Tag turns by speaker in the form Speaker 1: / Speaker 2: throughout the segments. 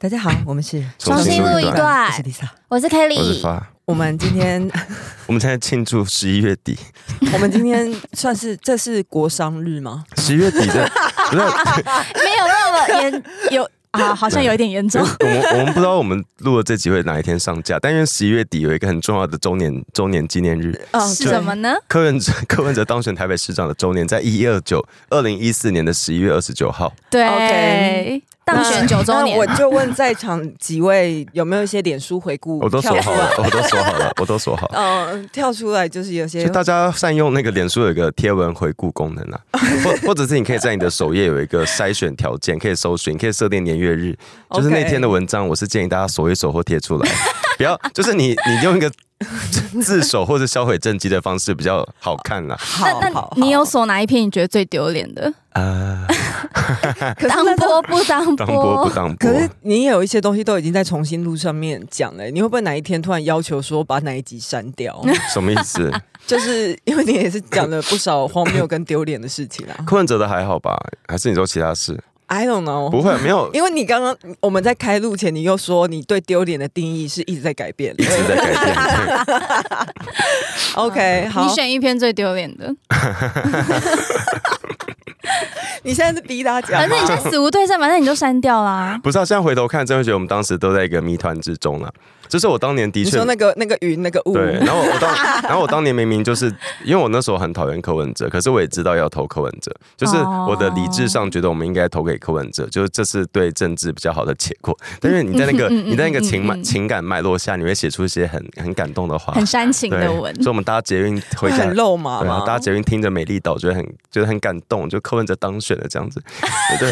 Speaker 1: 大家好，我们是
Speaker 2: 重新录一
Speaker 1: 重
Speaker 2: 段
Speaker 1: 我是 Lisa。
Speaker 2: 我是
Speaker 3: 我是
Speaker 2: Kelly，
Speaker 3: 发，
Speaker 1: 我们今天，
Speaker 3: 我们现在庆祝十一月底，
Speaker 1: 我们今天算是这是国商日吗？
Speaker 3: 十一月底的，不是
Speaker 2: 没有那么严，有啊，好像有一点严重。
Speaker 3: 我们我们不知道我们录的这集会哪一天上架，但因为十一月底有一个很重要的周年周年纪念日，
Speaker 1: 哦
Speaker 2: 是什么？呢？
Speaker 3: 柯文哲柯文哲当选台北市长的周年，在一二九二零一四年的十一月二十九号，
Speaker 2: 对
Speaker 1: OK，
Speaker 2: 当选九周
Speaker 1: 那我
Speaker 2: 年，
Speaker 1: 就问在场几位有没有一些脸书回顾？
Speaker 3: 我都
Speaker 1: 跳
Speaker 3: 锁
Speaker 1: 出
Speaker 3: 好
Speaker 1: 来
Speaker 3: 了，，我都锁好了，我都锁好了。
Speaker 1: 嗯，跳出来就是有些
Speaker 3: 就大家善用那个脸书有一个贴文回顾功能啊，或或者是你可以在你的首页有一个筛选条件，可以搜寻，可以设定年月日，就是那天的文章，我是建议大家手一手或 贴出来，不要就是你你用一个自首或者销毁政绩的方式比较好看啦。
Speaker 1: 好
Speaker 2: 那
Speaker 1: 好
Speaker 2: 那你有
Speaker 1: 好
Speaker 2: 锁哪一篇你觉得最丢脸的？
Speaker 1: 呃
Speaker 3: 啊，
Speaker 1: 可是
Speaker 2: 当
Speaker 1: 那都
Speaker 2: 播不当
Speaker 3: 当播
Speaker 2: 播
Speaker 3: 不？当播
Speaker 1: 可，是你也有一些东西都已经在重新录上面讲了，你会不会哪一天突然要求说把哪一集删掉？
Speaker 3: 什么意思？
Speaker 1: 就是因为你也是讲了不少荒谬跟丢脸的事情啊。
Speaker 3: 柯文哲的还好吧？还是你说其他事？
Speaker 1: I don't know，
Speaker 3: 不会，没有
Speaker 1: 哦因为你刚刚我们在开录前，你又说你对丢脸的定义是一直在改变
Speaker 3: 一。直在改变。
Speaker 1: OK，好，
Speaker 2: 嗯你
Speaker 1: 你
Speaker 2: 选一篇最丢 脸的，
Speaker 1: 现在是逼他讲
Speaker 2: 反
Speaker 1: 吗，
Speaker 2: 正你现在死无对证，反正你就删掉啦。
Speaker 3: 不是啊，现在回头看，真会觉得我们当时都在一个谜团之中了。就是我当年的
Speaker 1: 你
Speaker 3: 确
Speaker 1: 说那个那个云那个雾，
Speaker 3: 对，然后我 当，然后我当年明明就是因为我那时候很讨厌柯文哲，可是我也知道要投柯文哲，就是
Speaker 2: 哦
Speaker 3: 我的理智上觉得我们应该投给柯文哲，就是这是对政治比较好的结果。 但是你在那个、
Speaker 2: 嗯嗯嗯
Speaker 3: 你在那个情脉、
Speaker 2: 嗯嗯嗯
Speaker 3: 情感脉络下，你会写出一些很很感动的话，
Speaker 2: 很煽情的
Speaker 3: 对
Speaker 2: 文，
Speaker 3: 所以我们搭捷运回
Speaker 1: 会
Speaker 3: 家
Speaker 1: 很。肉麻
Speaker 3: 对啊
Speaker 1: 吗，？
Speaker 3: 搭捷运听着美丽岛，觉得很觉得很感动，就柯文哲当选了这样子，对，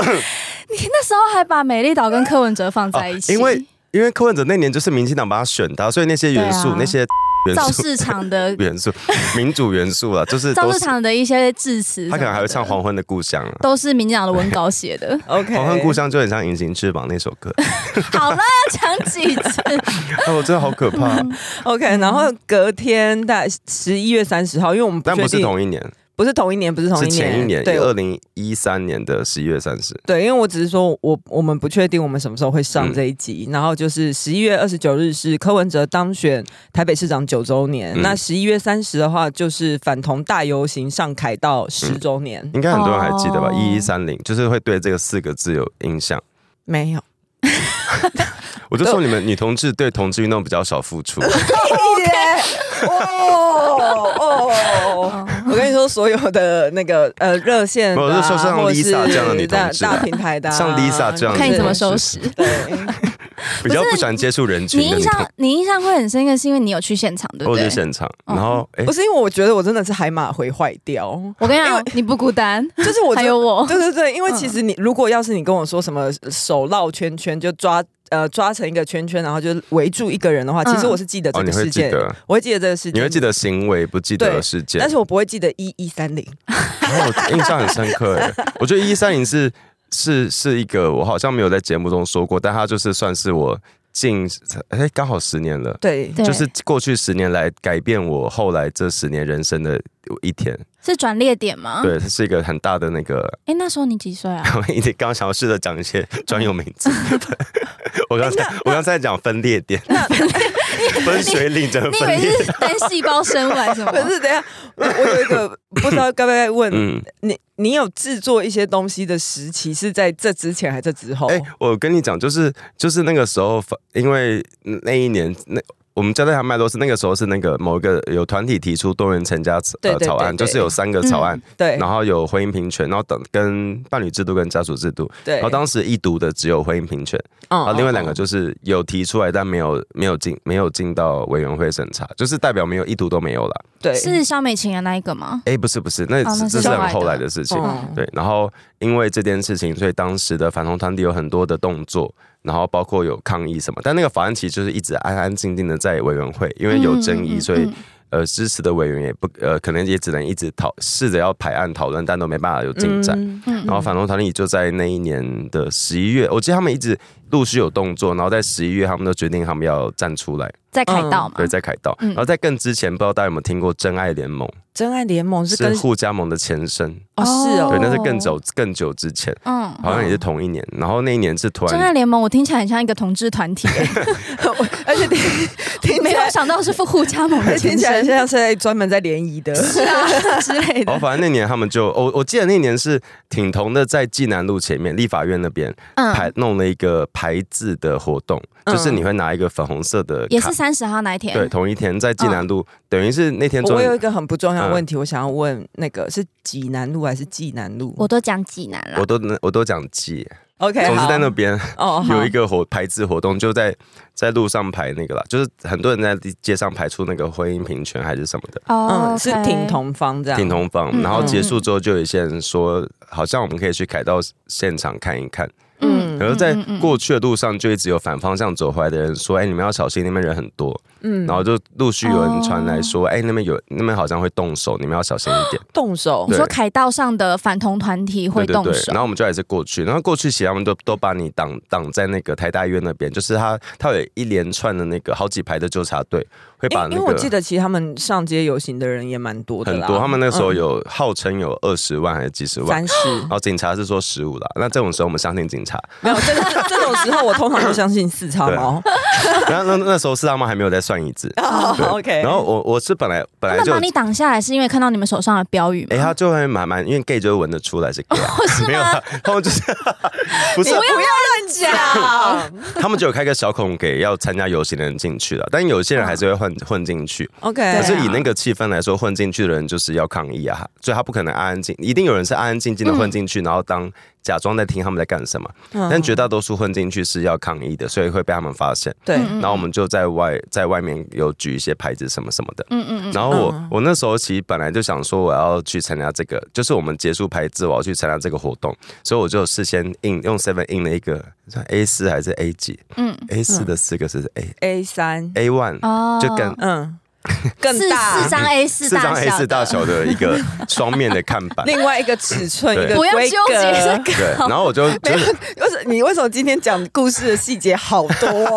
Speaker 2: 那时候还把美丽岛跟柯文哲放在一起，
Speaker 3: 哦因为因为柯文哲那年就是民进党把他选到，所以那些元素、
Speaker 2: 对啊
Speaker 3: 那些元
Speaker 2: 造
Speaker 3: 素
Speaker 2: 市场的
Speaker 3: 元素 民主元素啊，就是
Speaker 2: 造
Speaker 3: 都
Speaker 2: 市
Speaker 3: 是
Speaker 2: 场的一些致辞，
Speaker 3: 他可能还会唱《黄，昏的故乡》啊。
Speaker 2: 都是民进党的文稿写 的。
Speaker 1: OK，
Speaker 3: 《黄昏故乡》就很像《隐形翅膀》那首 歌，
Speaker 2: 好了，讲 几次？
Speaker 3: 哎，我真的好可怕。
Speaker 1: OK，然
Speaker 2: 嗯
Speaker 1: 后隔天大十一月三十号，因为我们不
Speaker 3: 但不
Speaker 1: 确
Speaker 3: 是
Speaker 1: 定，
Speaker 3: 同一年，
Speaker 1: 不是同一年，不是同
Speaker 3: 是
Speaker 1: 一年，
Speaker 3: 前一年，
Speaker 1: 对
Speaker 3: 二零一三年的十一月三十。
Speaker 1: 对，因为我只是说我我们不确定我们什么时候会
Speaker 3: 嗯
Speaker 1: 上这一集，然后就是十一月二十九日是柯文哲当选台北市长九周年，
Speaker 3: 嗯
Speaker 1: 那十一月三十的话就是反同大游行上凯道十
Speaker 3: 嗯
Speaker 1: 周年，
Speaker 3: 应该很多人还记得吧？
Speaker 2: 哦
Speaker 3: 一一三零，就是会对这个四个字有印象。
Speaker 1: 没
Speaker 3: 哦
Speaker 1: 有
Speaker 3: 我就说你们女同志对同志运动比较少付 出，
Speaker 1: 耶哦哦，我跟你说，所有的那个呃热线的啊、
Speaker 3: 没有就像
Speaker 1: 或者是
Speaker 3: Lisa 这样的女同志
Speaker 1: 大大平台的啊、
Speaker 3: 像 Lisa 这样的
Speaker 2: 看你怎么收
Speaker 3: 说
Speaker 2: 拾。
Speaker 1: 对，
Speaker 3: 比较不喜欢接触人群的
Speaker 2: 你印
Speaker 3: 女同哦
Speaker 2: 象，你印象会很深刻，是因为你有去现场，对不
Speaker 3: 或者
Speaker 2: 对
Speaker 3: 是？现场。然后，哎
Speaker 1: 不，是因为我觉得我真的是海马回坏掉，
Speaker 2: 我跟你
Speaker 1: 因
Speaker 2: 讲
Speaker 1: 为，
Speaker 2: 你不孤单，
Speaker 1: 就是我
Speaker 2: 还
Speaker 1: 真
Speaker 2: 有我。
Speaker 1: 对对对，因
Speaker 2: 嗯
Speaker 1: 为其实你、如果要是你跟我说什么呃手绕圈圈，就抓呃抓成一个圈圈，然后就围住一个人的话，
Speaker 2: 嗯
Speaker 1: 其实我是记得这
Speaker 3: 哦，
Speaker 1: 个
Speaker 3: 你会
Speaker 1: 事
Speaker 3: 记
Speaker 1: 件，
Speaker 3: 得，
Speaker 1: 我会记得这个事件，
Speaker 3: 你会记，得行为，不记
Speaker 1: 对
Speaker 3: 得事件
Speaker 1: 但。是我不会记得一一三零。
Speaker 3: 然后我印象很深刻，哎，我觉得一三零是是是一个我好像没有在节目中说过，但它就是算是我近哎刚好十年了。
Speaker 1: 对，
Speaker 2: 对
Speaker 3: 就是过去十年来改变我后来这十年人生的一天，
Speaker 2: 是转捩点吗？
Speaker 3: 对，它是一个很大的那个。
Speaker 2: 哎，那时候你几岁 啊？
Speaker 3: 我一直刚刚想要试着讲一些专有名词，
Speaker 2: 嗯
Speaker 3: 我
Speaker 2: 哎
Speaker 3: 刚才我刚才在讲分裂点，分水岭真的
Speaker 2: 你以
Speaker 3: 分
Speaker 2: 为
Speaker 3: 裂，
Speaker 2: 是单细胞生完什么？
Speaker 1: 可是等一下， 我我有一个不知道该不该问、
Speaker 3: 嗯。
Speaker 1: 你，你有制作一些东西的时期是在这之前还是这之后？嗯
Speaker 3: 哎、我跟你讲，就是就是那个时候，因为那一年那。我们交代他脉络是那个时候是那个某一个有团体提出多元成家草
Speaker 1: 对
Speaker 3: 呃
Speaker 1: 对
Speaker 3: 草案，
Speaker 1: 对对嗯
Speaker 3: 就是有三个草案，
Speaker 1: 对
Speaker 3: 然后有婚姻平权，然后等跟伴侣制度跟家属制度，
Speaker 1: 对，
Speaker 3: 然后当时一读的只有婚姻平权，
Speaker 1: 嗯
Speaker 3: 然后另外两个
Speaker 1: 嗯
Speaker 3: 就是有提出来但没有没有进没有进到委员会审查，就是代表没有一读都没有了。
Speaker 1: 对
Speaker 2: 是肖美琴的那一个吗？
Speaker 3: 哎，不是不是，那
Speaker 2: 哦那
Speaker 3: 这
Speaker 2: 是
Speaker 3: 是
Speaker 2: 后来
Speaker 3: 很
Speaker 2: 的
Speaker 3: 后来的事情，
Speaker 1: 嗯
Speaker 3: 对，然后因为这件事情，所以当时的反同团体有很多的动作，然后包括有抗议什么，但那个法案其实就是一直安安静静的在委员会，因为有争
Speaker 2: 嗯嗯
Speaker 3: 议，
Speaker 2: 嗯
Speaker 3: 所以
Speaker 2: 嗯
Speaker 3: 呃支持的委员也不呃可能也只能一直讨试着要排案讨论，但都没办法有进展。
Speaker 1: 嗯
Speaker 2: 嗯
Speaker 3: 然后反同团体就在那一年的十一月，我记得他们一直陆续有动作，然后在十一月他们都决定他们要站出来，
Speaker 2: 在凯道嘛
Speaker 3: 嗯
Speaker 1: 啊
Speaker 3: 对，，在凯
Speaker 1: 嗯
Speaker 3: 道。然后在更之前，不知道大家有没有听过真爱联盟，
Speaker 1: 真爱联盟是
Speaker 3: 是
Speaker 1: 跟
Speaker 3: 互加盟的前身，
Speaker 1: 哦是
Speaker 3: 对
Speaker 1: 哦，，
Speaker 3: 那是更久更久之前，
Speaker 2: 嗯，
Speaker 3: 好像也是同一年。然后那一年是突
Speaker 2: 真
Speaker 3: 然哦
Speaker 2: 爱联盟，我听起来很像一个同 志团体，哦
Speaker 1: 而且听听
Speaker 2: 没
Speaker 1: 起
Speaker 2: 有
Speaker 1: 来
Speaker 2: 想到是互加盟的
Speaker 1: 听
Speaker 2: 前
Speaker 1: 起来
Speaker 2: 身
Speaker 1: 像是在专门在联谊的，
Speaker 2: 啊之类
Speaker 3: 哦，
Speaker 2: 的。
Speaker 3: 反正那年他们就，哦、我记得那年是挺同的，在济南路前面立法院那边排
Speaker 2: 嗯，
Speaker 3: 弄了一个牌字的活动，
Speaker 1: 嗯
Speaker 3: 就是你会拿一个粉红色的卡，
Speaker 2: 也是三十号那一天。
Speaker 3: 对，同一天在济南路，等于是那天中
Speaker 1: 我有一
Speaker 3: 午
Speaker 1: 个很不重要
Speaker 3: 嗯
Speaker 1: 的问题，我想要问那个是济南路还是济南路
Speaker 2: 我都讲济南了
Speaker 3: 我。都我都讲记，
Speaker 1: ？OK，
Speaker 3: 总之
Speaker 1: 好
Speaker 3: 在那边
Speaker 1: 哦，好
Speaker 3: 有一个活牌字活动，就在在路上排那个啦，就是很多人在街上排出那个婚姻平权还是什么的。
Speaker 2: 哦
Speaker 1: 嗯，是挺。同方这样，
Speaker 3: 挺同房，
Speaker 2: 嗯
Speaker 3: 然后结束
Speaker 2: 嗯
Speaker 3: 之后就有一些人说，好像我们可以去凯道现场看一看。
Speaker 1: 嗯
Speaker 3: 可是，在
Speaker 2: 嗯嗯嗯
Speaker 3: 过去的路上就一直有反方向走回来的人说：“哎、你们要小心，那边人很多。
Speaker 1: 嗯哦
Speaker 3: 然后就陆续有人传来说：“哎、那边有那边好像会动手，你们要小心一点。
Speaker 1: 动手
Speaker 2: 你说
Speaker 3: 对
Speaker 2: 凯道上的反同团体”会
Speaker 3: 对对
Speaker 2: 动
Speaker 3: 对。
Speaker 2: 手
Speaker 3: 然，后我们就还是过去，然后过去其实他们都都把你挡挡在那个台大医院那边，就是他他有一连串的那个好几排的纠察队会
Speaker 1: 因
Speaker 3: 把
Speaker 1: 因
Speaker 3: 那
Speaker 1: 为我记
Speaker 3: 个。
Speaker 1: 得其实他们上街游行的人也蛮多的
Speaker 3: 很
Speaker 1: 啦，嗯
Speaker 3: 多，他们那时候有号称有二十万还是几十万，
Speaker 1: 三十，
Speaker 3: 然后警察是说十五啦。那这种时候我们相信警察，
Speaker 1: 没有这这这种时候我通常都相信四叉
Speaker 3: 啊
Speaker 1: 猫。哦
Speaker 3: 然后那那那时候四大妈还没有在算 椅子，对
Speaker 1: OK，
Speaker 3: 然后我我是本来本
Speaker 2: 他
Speaker 3: 来
Speaker 2: 们
Speaker 3: 就有
Speaker 2: 把你挡下来是因为看到你们手上的标语
Speaker 3: 哎、
Speaker 2: 吗？
Speaker 3: 他就会蛮蛮，因为 gay 就会闻得出来是
Speaker 2: 哦
Speaker 3: gay，、啊没有啊，他们就是不是啊，
Speaker 1: 讲
Speaker 3: 他们只有开个小孔给要参加游行的人进去了，但有些人还是会混、混进去。
Speaker 1: OK，
Speaker 3: 可
Speaker 2: 对
Speaker 3: 是
Speaker 2: 啊
Speaker 3: 以那个气氛来说，混进去的人就是要抗议啊，所以他不可能安安静，一定有人是安安静
Speaker 2: 嗯
Speaker 3: 静的混进去，然后当假装在听他们在干什么。
Speaker 1: 嗯
Speaker 3: 但绝大多数混进去是要抗议的，所以会被他们发现。
Speaker 1: 对
Speaker 2: 嗯
Speaker 3: 然后我们就在外在外面有举一些牌子什么什么的。
Speaker 2: 嗯嗯嗯，
Speaker 3: 然后我、
Speaker 1: 嗯
Speaker 3: 我那时候其实本来就想说我要去参加这个，就是我们结束拍字，我要去参加这个活动，所以我就事先印用 Seven 印了一个 A 四还是 A 几
Speaker 2: 嗯
Speaker 3: A 四的四个是 A
Speaker 1: A 三，
Speaker 3: A one，
Speaker 2: 哦
Speaker 3: 就跟
Speaker 1: 嗯，更
Speaker 2: 四
Speaker 1: 大
Speaker 2: 四，张 A 四
Speaker 3: 四张
Speaker 2: 大
Speaker 3: A
Speaker 2: 小
Speaker 3: 四
Speaker 2: 的，
Speaker 3: 大小的一个双面的看 板。
Speaker 1: 另外一个尺寸
Speaker 3: 对
Speaker 1: 一个
Speaker 2: 不要
Speaker 1: 规
Speaker 2: 纠结
Speaker 1: 格。
Speaker 2: 这
Speaker 3: 对
Speaker 2: 个，，
Speaker 3: 然后我就就是
Speaker 1: 为什你为什么今天讲故事的细节好多 哦？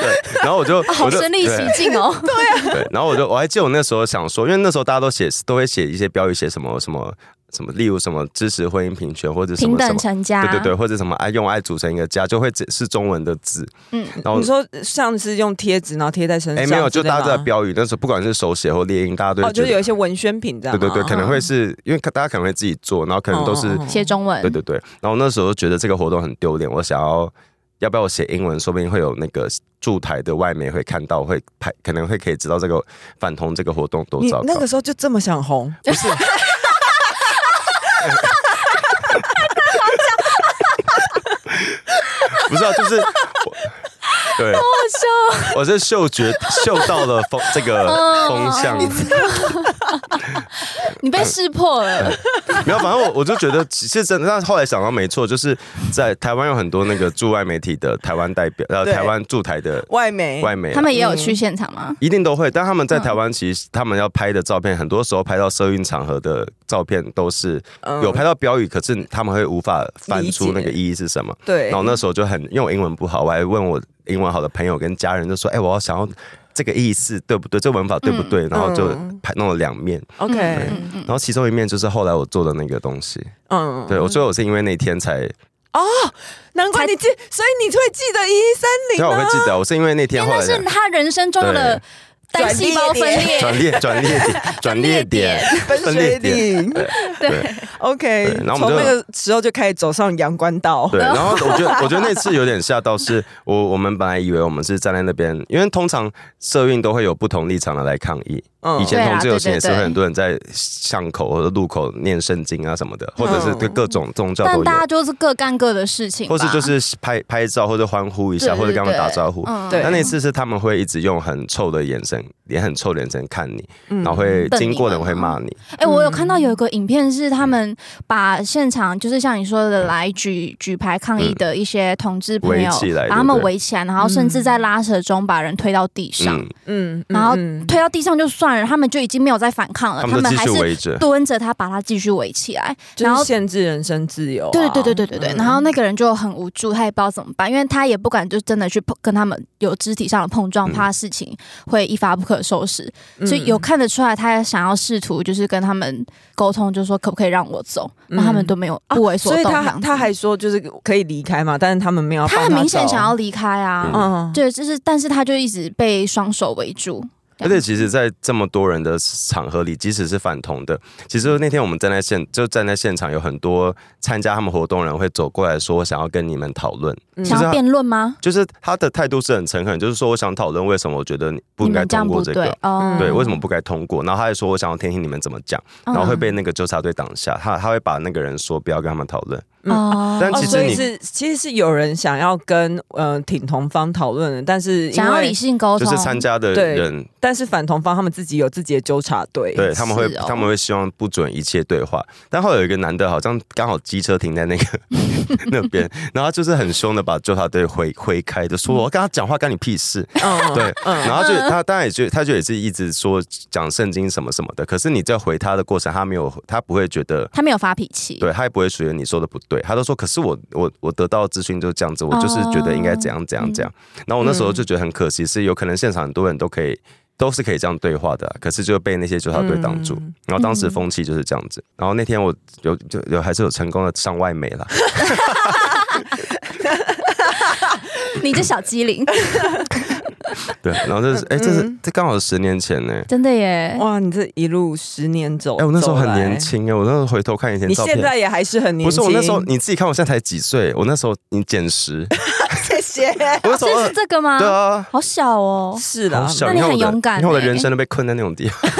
Speaker 3: 对，然后我就
Speaker 2: 哦好
Speaker 3: 我就
Speaker 2: 身临其
Speaker 3: 对
Speaker 2: 境哦。
Speaker 3: 对，然后我就我还记得我那时候想说，因为那时候大家都写都会写一些标语，写什么什么什么，例如什么支持婚姻平权或者什
Speaker 2: 平
Speaker 3: 么什么
Speaker 2: 等成家，
Speaker 3: 对对对，或者什么爱啊用爱组成一个家，就会只是中文的字。
Speaker 2: 嗯
Speaker 3: 嗯，然后
Speaker 1: 你说像是用贴纸然后贴在身
Speaker 3: 哎
Speaker 1: 上之类
Speaker 3: 没
Speaker 1: 吗，
Speaker 3: 有，就大家的标语，但是不管是手写或列印，大家都
Speaker 1: 哦，
Speaker 3: 会觉
Speaker 1: 就
Speaker 3: 得
Speaker 1: 有一些文宣品这样
Speaker 3: 对
Speaker 1: 吗。
Speaker 3: 对对，可能会是因为大家可能会自己做，然后可能都是
Speaker 1: 哦哦哦
Speaker 2: 写中文，
Speaker 3: 对对对。然后那时候觉得这个活动很丢脸，我想要要不要我写英文，说不定会有那个驻台的外媒会看到，会拍，可能会可以知道这个反同这个活动多
Speaker 1: 哦你
Speaker 3: 糟糕
Speaker 1: 那。个时候就这么想红，
Speaker 3: 不是啊，就是我对，好笑。嗯我是嗅觉嗅到了风这个风向。
Speaker 2: 你被识破了，
Speaker 3: 没有，反正我我就觉得其实真的，但后来想到没错，就是在台湾有很多那个驻外媒体的台湾代表，呃，
Speaker 1: 对
Speaker 3: 台湾驻台的
Speaker 1: 外媒
Speaker 3: 外媒啊、
Speaker 2: 他们也有去现场吗？
Speaker 3: 一定都会，但他们在台湾其实他们要拍的照片，很多时候拍到社运场合的照片都是
Speaker 1: 嗯
Speaker 3: 有拍到标语，可是他们会无法翻出那个意义是什么。
Speaker 1: 对
Speaker 3: 然后那时候就很，因为我英文不好，我还问我英文好的朋友跟家人，就说：“哎、我要想要这个意思对不对？这文法对不对？”然后就
Speaker 1: 嗯
Speaker 3: 拍弄了两面，
Speaker 1: OK，
Speaker 2: 嗯嗯
Speaker 3: 然后其中一面就是后来我做的那个东西。
Speaker 1: 嗯，
Speaker 3: 对，我所以我是因为那天才，
Speaker 1: 难怪你记，所以你会记得一三零。啊
Speaker 3: 对，我会记得，我是因为那天
Speaker 2: 因为
Speaker 3: 后
Speaker 2: 那
Speaker 3: 来
Speaker 2: 是他人生中的单细胞分裂，
Speaker 3: 转裂转裂 点转裂点
Speaker 1: 分水
Speaker 3: 点。
Speaker 1: 岭
Speaker 3: 对，
Speaker 1: ，OK，
Speaker 3: 对然后
Speaker 1: 从
Speaker 3: 我们就
Speaker 1: 那个时候就开始走上阳关道。
Speaker 3: 对，然后我觉得，我觉得那次有点吓到是，我我们本来以为我们是站在那边，因为通常社运都会有不同立场的来抗议。
Speaker 1: 嗯
Speaker 3: 以前同志游行也是
Speaker 2: 对啊对对
Speaker 3: 会
Speaker 2: 对
Speaker 3: 很多人在巷口或者路口念圣经啊什么的，或者是对各种宗教
Speaker 2: 但
Speaker 3: 都有
Speaker 2: 大，家就是各干各的事情吧，
Speaker 3: 或是就是拍拍照或者欢呼一
Speaker 2: 对
Speaker 3: 下，或者跟他们打招呼。
Speaker 2: 对对对嗯
Speaker 1: 对
Speaker 3: 但那次是他们会一直用很臭的眼神很脸很臭的人只能看你，
Speaker 2: 嗯
Speaker 3: 然后会
Speaker 2: 瞪你
Speaker 3: 经过的人
Speaker 2: 们
Speaker 3: 会
Speaker 2: 吗
Speaker 3: 骂你。
Speaker 2: 哎、我有看
Speaker 3: 嗯
Speaker 2: 到有一个影片是他们把现场，就是像你说的来举举牌抗议的一些同志朋友
Speaker 3: 嗯围起来，对
Speaker 2: 把他们
Speaker 3: 不对
Speaker 2: 围起来，然后甚至在拉扯中把人推到地上，
Speaker 3: 嗯，
Speaker 1: 嗯，
Speaker 2: 然后
Speaker 1: 嗯
Speaker 2: 推到地上就算了，他们就已经没有再反抗了，
Speaker 3: 他
Speaker 2: 他
Speaker 3: 们都
Speaker 2: 们
Speaker 3: 继
Speaker 2: 还
Speaker 3: 续
Speaker 2: 是
Speaker 3: 围着。
Speaker 2: 蹲着他把他继续围起来，
Speaker 1: 就
Speaker 2: 然
Speaker 1: 是
Speaker 2: 后
Speaker 1: 限制人身自由啊、
Speaker 2: 对对对对对对，
Speaker 1: 嗯
Speaker 2: 然后那个人就很无助，他也不知道怎么办，因为他也不敢就真的去碰跟他们有肢体上的碰撞，
Speaker 3: 嗯
Speaker 2: 怕事情会一发不可收拾，
Speaker 1: 嗯
Speaker 2: 所以有看得出来，他想要试图就是跟他们沟通，就说可不可以让我走，那、他
Speaker 3: 嗯
Speaker 2: 们都没有不为所
Speaker 1: 啊所以
Speaker 2: 动、
Speaker 1: 他他还说就是可以离开嘛，但是他们没有，
Speaker 2: 他很明显想要，离开啊，
Speaker 3: 嗯
Speaker 1: 嗯，
Speaker 2: 对，就是但是他就一直被双手围住，
Speaker 3: 而且其实，在这么多人的场合里，即使是反同的，其实那天我们站在现就站在现场，有很多参加他们活动的人会走过来说，我想要跟你们讨论，
Speaker 1: 嗯
Speaker 2: 想要辩论吗？
Speaker 3: 就是他的态度是很诚恳，就是说我想讨论为什么我觉得你不应
Speaker 2: 你
Speaker 3: 该
Speaker 2: 们这样
Speaker 3: 通过
Speaker 2: 不
Speaker 3: 这
Speaker 2: 对
Speaker 3: 个。
Speaker 2: 哦，
Speaker 3: 对，为什么不该通过？然后他还说，我想要听听你们怎么讲，
Speaker 2: 嗯？
Speaker 3: 然后会被那个纠察队挡下。他他会把那个人说不要跟他们讨论，嗯
Speaker 2: 哦，
Speaker 3: 但
Speaker 1: 哦，
Speaker 3: 其实
Speaker 1: 所以
Speaker 3: 你
Speaker 1: 是其实是有人想要跟呃挺同方讨论的，但是因
Speaker 2: 想要理
Speaker 1: 为
Speaker 2: 性沟
Speaker 3: 就
Speaker 2: 通，
Speaker 3: 是参加的
Speaker 1: 对
Speaker 3: 人，
Speaker 1: 但是反同方他们自己有自己的纠察队，
Speaker 3: 对他们会
Speaker 2: 是哦
Speaker 3: 他们会希望不准一切对话。但后来有一个男的，好像刚好机车停在那个 那边，然后他就是很凶的把纠察队挥挥开，就
Speaker 2: 嗯
Speaker 3: 说我跟他讲话干你屁事。
Speaker 1: 嗯，
Speaker 3: 对，
Speaker 1: 嗯，
Speaker 3: 然后就他当然也就他就也是一直说讲圣经什么什么的，可是你在回他的过程，他没有他不会觉得。
Speaker 2: 他没有发脾气，
Speaker 3: 对他也不会觉得你说的不对，他都说，可是我我我得到的资讯就是这样子，我就是觉得应该怎样怎样怎
Speaker 1: 哦
Speaker 3: 样。然后我那时候
Speaker 1: 嗯
Speaker 3: 就觉得很可惜，是有可能现场很多人都可以都是可以这样对话的啊，可是就被那些纠察队挡住。
Speaker 1: 嗯
Speaker 3: 然后当时风气就是这样子。然后那天我有就有还是有成功的上外媒啦，
Speaker 2: 你这小 机灵，
Speaker 3: 对。然 后这是哎，这是
Speaker 1: 嗯
Speaker 3: 这刚好是十年前呢、
Speaker 2: 真 的耶，
Speaker 1: 哇，你这一路十年走，
Speaker 3: 哎、我那时候很
Speaker 1: 走来
Speaker 3: 年，轻哎、我那时候回头看以前
Speaker 1: 你
Speaker 3: 照片
Speaker 1: 现，在也还是很年
Speaker 3: 不是
Speaker 1: 轻，
Speaker 3: 我那时候，你自己看我现在才几岁，我那时候你减十，
Speaker 1: 谢谢，
Speaker 3: 我那时候
Speaker 2: 这
Speaker 3: 二
Speaker 2: 是这个吗？
Speaker 3: 对啊，
Speaker 2: 好小哦，
Speaker 1: 是
Speaker 3: 好
Speaker 1: 啦，
Speaker 3: 小，
Speaker 2: 那你
Speaker 3: 看我
Speaker 2: 很
Speaker 3: 的
Speaker 2: 勇敢
Speaker 3: 你看我的
Speaker 2: 欸
Speaker 3: 人生都被困在那种地方。对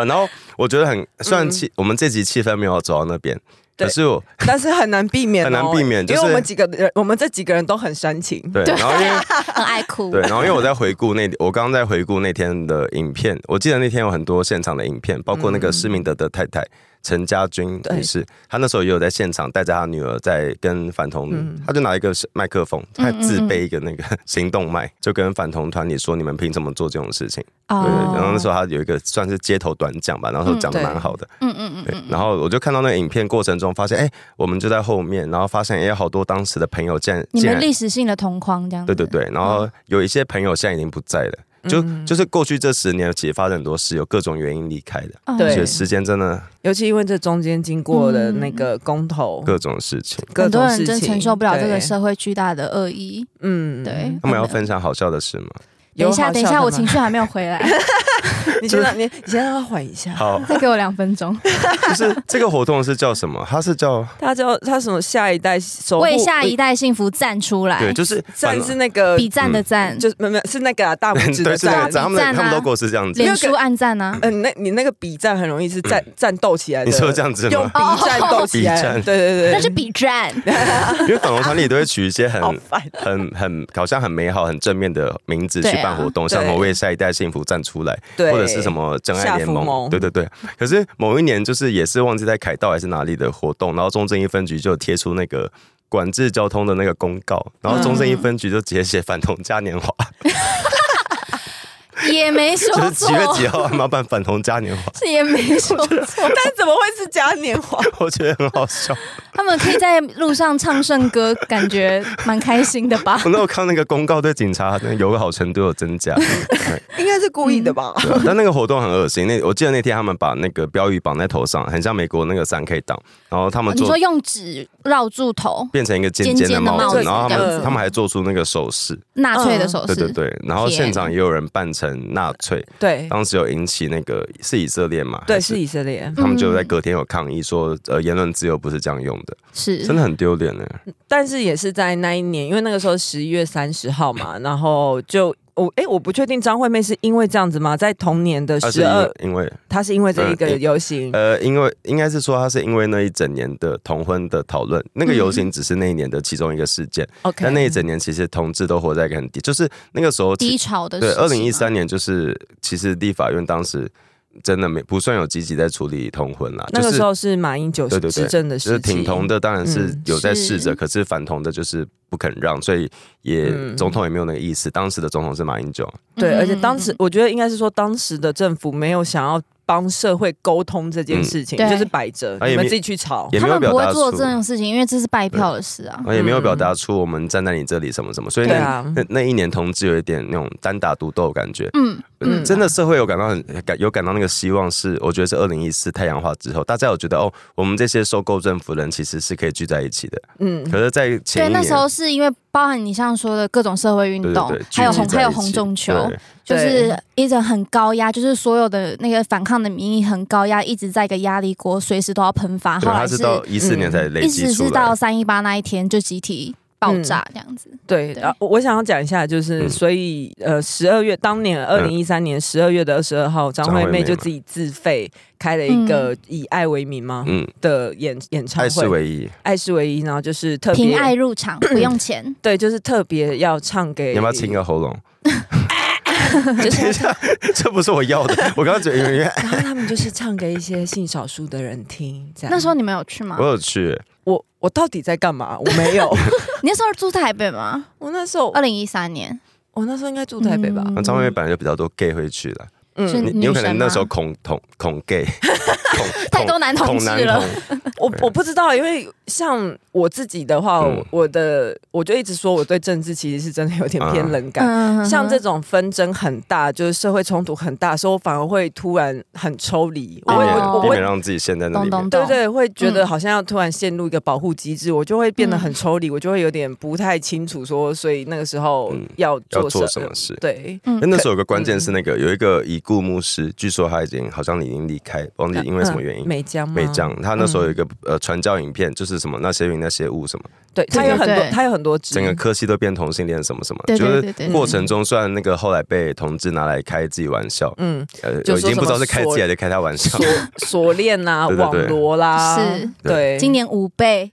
Speaker 3: 啊然后我觉得很，虽然气、我们这集气氛没有走到那边，
Speaker 1: 对
Speaker 3: 可是我
Speaker 1: 但是很难避免哦，
Speaker 3: 很难避免就
Speaker 1: 因为我
Speaker 3: 是
Speaker 1: 们几个人，我们这几个人都很煽情，
Speaker 3: 对，然后因为
Speaker 2: 很爱哭。
Speaker 3: 对，然后因为我在回顾 那，我刚刚在回顾那天的影片，我记得那天有很多现场的影片，包括那个施明德的太太
Speaker 2: 嗯
Speaker 3: 陈家军
Speaker 1: 对
Speaker 3: 女士，她那时候也有在现场带着她女儿在跟反同，
Speaker 2: 嗯
Speaker 3: 她就拿一个麦克风，她自备一个那个 行动麦，就跟反同团体说：“你们凭什么做这种事情？”
Speaker 2: 哦
Speaker 3: 对，然后那时候她有一个算是街头短讲吧，然后讲的蛮好的，
Speaker 2: 嗯嗯
Speaker 3: 对，然后我就看到那个影片过程中，发现哎、我们就在后面，然后发现也有好多当时的朋友竟然
Speaker 2: 你
Speaker 3: 竟
Speaker 2: 们
Speaker 3: 然
Speaker 2: 历史性的同框这样
Speaker 3: 对
Speaker 2: 子，
Speaker 3: 对对，然
Speaker 1: 嗯
Speaker 3: 后有一些朋友现在已经不在了，就就是过去这十年，其实发生很多事，有各种原因离开的，
Speaker 2: 嗯
Speaker 3: 而
Speaker 1: 对
Speaker 3: 且时间真的
Speaker 1: 尤其因为这中间经过了那个公投，
Speaker 3: 各种事情。
Speaker 1: 各
Speaker 2: 很
Speaker 1: 种
Speaker 2: 多
Speaker 1: 事
Speaker 2: 人
Speaker 1: 情
Speaker 2: 真承受不了这个
Speaker 1: 对
Speaker 2: 社会巨大的恶意。
Speaker 1: 嗯
Speaker 2: 对，
Speaker 3: 他们要分享好笑的事吗？
Speaker 2: 等一
Speaker 1: 有好
Speaker 2: 下，
Speaker 1: 笑
Speaker 2: 等一下，
Speaker 1: 的吗
Speaker 2: 我 情绪还没有回来，
Speaker 1: 你先 让你你先让他缓一下。
Speaker 3: 好，
Speaker 2: 再给我两分钟，
Speaker 3: 就是这个活动是叫什么？它是叫
Speaker 1: 他叫他什么下一代守护
Speaker 2: 为下一代幸福站出来
Speaker 3: 对，，就是嗯反
Speaker 1: 站哎是那个
Speaker 2: 比赞的赞，
Speaker 1: 就是没有没有是那个啊、大拇指
Speaker 3: 对
Speaker 1: 的
Speaker 3: 是那个
Speaker 1: 赞。
Speaker 3: 站，他们
Speaker 2: 赞
Speaker 3: 的
Speaker 2: 啊
Speaker 3: 他们 logo 是这样子。
Speaker 2: 脸书暗赞啊，
Speaker 1: 嗯，那你那个比赞很容易是战战斗起来的，
Speaker 3: 嗯你说这样子
Speaker 1: 用
Speaker 3: 吗？哦
Speaker 1: 比战斗起来，
Speaker 3: 比战
Speaker 1: 对对对，
Speaker 2: 那是比赞，
Speaker 3: 因为粉红团体都会取一些很
Speaker 1: 好烦。
Speaker 3: 很很好像很美好、很正面的名字去
Speaker 2: 对啊
Speaker 3: 办活动，像什么
Speaker 1: 对
Speaker 3: 为下一代幸福站出来，
Speaker 1: 对
Speaker 3: 或者是什么真爱联
Speaker 1: 夏
Speaker 3: 盟，
Speaker 1: 福盟
Speaker 3: 对对对。可是某一年就是也是忘记在凯道还是哪里的活动，然后中正一分局就有贴出那个。管制交通的那个公告，然后中
Speaker 1: 嗯
Speaker 3: 正一分局就直接写反同嘉年华，
Speaker 2: 也没说
Speaker 3: 就是
Speaker 2: 错
Speaker 3: 几，月几号他们要办反同嘉年华，
Speaker 2: 也没 说错，
Speaker 1: 但怎么会是嘉年华？
Speaker 3: 我觉得很好笑。
Speaker 2: 他们可以在路上唱圣歌，感觉蛮开心的吧？
Speaker 3: 我那我看那个公告，对警察那个友好程度有增加。对
Speaker 1: 应该是故意的吧？
Speaker 3: 对啊但那个活动很恶心。那我记得那天他们把那个标语绑在头上，很像美国那个三 K 党，然后他们
Speaker 2: 哦你
Speaker 3: 做
Speaker 2: 说用纸绕住头，
Speaker 3: 变成一个尖
Speaker 2: 尖
Speaker 3: 尖的
Speaker 2: 尖的
Speaker 3: 帽
Speaker 2: 帽
Speaker 3: 子，
Speaker 1: 子
Speaker 3: 然后他
Speaker 1: 这样
Speaker 3: 们
Speaker 1: 子
Speaker 3: 他们还做出那个手势，
Speaker 2: 纳粹的手
Speaker 3: 对
Speaker 2: 势，
Speaker 3: 对对。然后
Speaker 2: 天
Speaker 3: 现场也有人扮成纳粹，
Speaker 2: 哦
Speaker 1: 对
Speaker 3: 当时有引起那个是以色列嘛？
Speaker 1: 对，
Speaker 3: 还
Speaker 1: 是。以色列。
Speaker 3: 他们就在隔天有抗议说，呃，言论自由不是这样用的，
Speaker 2: 是
Speaker 3: 真的很丢脸呢。
Speaker 1: 但是也是在那一年，因为那个时候十一月三十号嘛，然后就我哎、我不确定张惠妹是因为这样子吗？在同年的
Speaker 3: 而啊是
Speaker 1: 十二，
Speaker 3: 因为
Speaker 1: 她是因为这一个游嗯行，
Speaker 3: 呃，因为应该是说他是因为那一整年的同婚的讨论，那个游行只是那一年的其中一个事件，
Speaker 1: OK，
Speaker 3: 但呃那一整年其实同志都活在一个很低，就是那个时候其
Speaker 2: 低潮的啊
Speaker 3: 对，
Speaker 2: 时期
Speaker 3: 二零一
Speaker 2: 嘛
Speaker 3: 三年就是其实立法院当时真的没不算有积极在处理同婚啦，
Speaker 1: 那个
Speaker 3: 就是
Speaker 1: 时候是马英九
Speaker 3: 对对对
Speaker 1: 执政的
Speaker 3: 就
Speaker 1: 时
Speaker 3: 是
Speaker 1: 期，
Speaker 3: 挺同的，当然是
Speaker 1: 嗯
Speaker 3: 有在试着，
Speaker 2: 是
Speaker 3: 可是反同的就是不肯让，所以也、
Speaker 1: 嗯
Speaker 3: 总统也没有那个意思。当时的总统是马英九，
Speaker 1: 对，
Speaker 2: 嗯
Speaker 1: 而且当时我觉得应该是说，当时的政府没有想要帮社会沟通这件事情，
Speaker 2: 嗯对
Speaker 1: 就是摆着
Speaker 3: 啊
Speaker 1: 你
Speaker 3: 也
Speaker 1: 们
Speaker 3: 没
Speaker 1: 自己去吵。
Speaker 3: 也
Speaker 2: 他
Speaker 3: 没有表
Speaker 2: 们不会
Speaker 3: 达出
Speaker 2: 做这种事情，因为这是拜票的事啊。
Speaker 3: 也没有表达出我们站在你这里什么什么，所以那、
Speaker 1: 嗯对啊
Speaker 3: 那那一年同志有一点那种单打独斗的感觉。
Speaker 2: 嗯，嗯
Speaker 3: 真的社会有感到很感有感到那个希望是，我觉得是二零一四太阳花之后，大家有觉得哦，我们这些收购政府人其实是可以聚在一起的。
Speaker 1: 嗯，
Speaker 3: 可是，在前
Speaker 2: 对，
Speaker 3: 一
Speaker 2: 那
Speaker 3: 年，
Speaker 2: 时候是因为包含你像说的各种社会运
Speaker 3: 对
Speaker 2: 动
Speaker 3: 对对，，
Speaker 2: 还有
Speaker 3: 聚集
Speaker 2: 红
Speaker 3: 在
Speaker 2: 还有
Speaker 3: 一
Speaker 2: 红
Speaker 3: 起
Speaker 2: 中球，
Speaker 3: 对
Speaker 2: 就是一直很高压，就是所有的那个反抗的民意很高压，一直在一个压力锅，随时都要喷发。后
Speaker 3: 对，
Speaker 2: 来
Speaker 3: 他是
Speaker 2: 是嗯
Speaker 3: 到一四年才累
Speaker 2: 一
Speaker 3: 积
Speaker 2: 直
Speaker 3: 出
Speaker 2: 是
Speaker 3: 来
Speaker 2: 到。三一八那一天就集体爆炸这样子。
Speaker 1: 对，
Speaker 2: 对
Speaker 1: 然后我我想要讲一下，就是
Speaker 3: 嗯
Speaker 1: 所以呃，十二月当年二零一三年十二月的二十二号，张
Speaker 3: 张
Speaker 1: 惠
Speaker 3: 惠
Speaker 1: 妹
Speaker 3: 妹
Speaker 1: 就
Speaker 3: 嘛
Speaker 1: 自己自费开了一
Speaker 2: 嗯
Speaker 1: 个以爱为名吗
Speaker 3: 嗯，
Speaker 1: 的演演唱
Speaker 3: 爱是
Speaker 1: 会，
Speaker 3: 唯一。
Speaker 1: 爱是唯一，然后就是特
Speaker 2: 凭爱
Speaker 1: 别。
Speaker 2: 入场，不用钱
Speaker 1: 对，就是特别要唱给
Speaker 3: 你要不要啊清个喉 咙？
Speaker 1: 就是
Speaker 3: 这不是我要的，我刚刚觉得有点。
Speaker 1: 然后他们就是唱给一些性少数的人听，这样。
Speaker 2: 那时候你们有去吗
Speaker 3: 我？有去，
Speaker 2: 嗯
Speaker 1: 我我到底在干嘛？我没 有，
Speaker 2: 你那时候住台北吗？
Speaker 1: 我那时候
Speaker 2: 二零一三年，
Speaker 1: 我那时候应该住台北吧？
Speaker 2: 嗯
Speaker 3: 那张惠妹本来就比较多 gay 会去的，
Speaker 2: 是
Speaker 1: 嗯，
Speaker 3: 你你有可能
Speaker 2: 女生吗
Speaker 3: 那时候恐同恐 gay，恐
Speaker 2: 太多男同
Speaker 3: 恐
Speaker 2: 志
Speaker 3: 男
Speaker 2: 了。
Speaker 3: 同，
Speaker 1: 我我不知道，因为像我自己的话，
Speaker 3: 嗯
Speaker 1: 我的我就一直说我对政治其实是真的有点
Speaker 3: 啊
Speaker 1: 偏冷感。
Speaker 2: 嗯
Speaker 1: 像这种纷争很大，就是社会冲突很大的时候，我反而会突然很抽离，我
Speaker 3: 避
Speaker 1: 会
Speaker 3: 免
Speaker 1: 我
Speaker 3: 啊
Speaker 2: 哦
Speaker 3: 避
Speaker 1: 我
Speaker 3: 免
Speaker 1: 会。
Speaker 3: 让自己陷在那里
Speaker 2: 懂
Speaker 3: 面
Speaker 2: 懂。
Speaker 1: 对
Speaker 2: 懂
Speaker 1: 对，会觉得
Speaker 2: 嗯
Speaker 1: 好像要突然陷入一个保护机制，我就会变得很
Speaker 2: 嗯
Speaker 1: 抽离，我就会有点不太清楚说，所以那个时候
Speaker 3: 嗯
Speaker 1: 要
Speaker 3: 要
Speaker 1: 做
Speaker 3: 做
Speaker 1: 什
Speaker 3: 什
Speaker 1: 么
Speaker 3: 么？事？
Speaker 1: 对，
Speaker 3: 那那时候有个关
Speaker 1: 嗯
Speaker 3: 键是那个有一个已故牧师，据说他已经好像已经离开，
Speaker 1: 嗯
Speaker 3: 忘记因为什么原因。
Speaker 1: 美江吗
Speaker 3: 没讲，他那
Speaker 1: 嗯
Speaker 3: 时候有一个呃传教影片，就是什么那些云那些雾什么，
Speaker 1: 对，他
Speaker 2: 对
Speaker 1: 有很
Speaker 2: 对
Speaker 1: 多，
Speaker 2: 对
Speaker 1: 他有很多支
Speaker 3: 整个科系都变同性恋什么什么，
Speaker 2: 对
Speaker 3: 就
Speaker 2: 对对
Speaker 3: 是
Speaker 2: 对对
Speaker 3: 过程中虽然那个后来被同志拿来开自己玩笑，
Speaker 1: 嗯，
Speaker 3: 呃，
Speaker 1: 就
Speaker 3: 我已
Speaker 1: 说
Speaker 3: 经
Speaker 1: 什
Speaker 3: 不知
Speaker 1: 么
Speaker 3: 道是开自己
Speaker 1: 锁
Speaker 3: 还是开他玩笑
Speaker 1: 锁。锁链啦、
Speaker 3: 对对对
Speaker 1: 网罗啦，
Speaker 2: 是
Speaker 1: 对。
Speaker 2: 今年五倍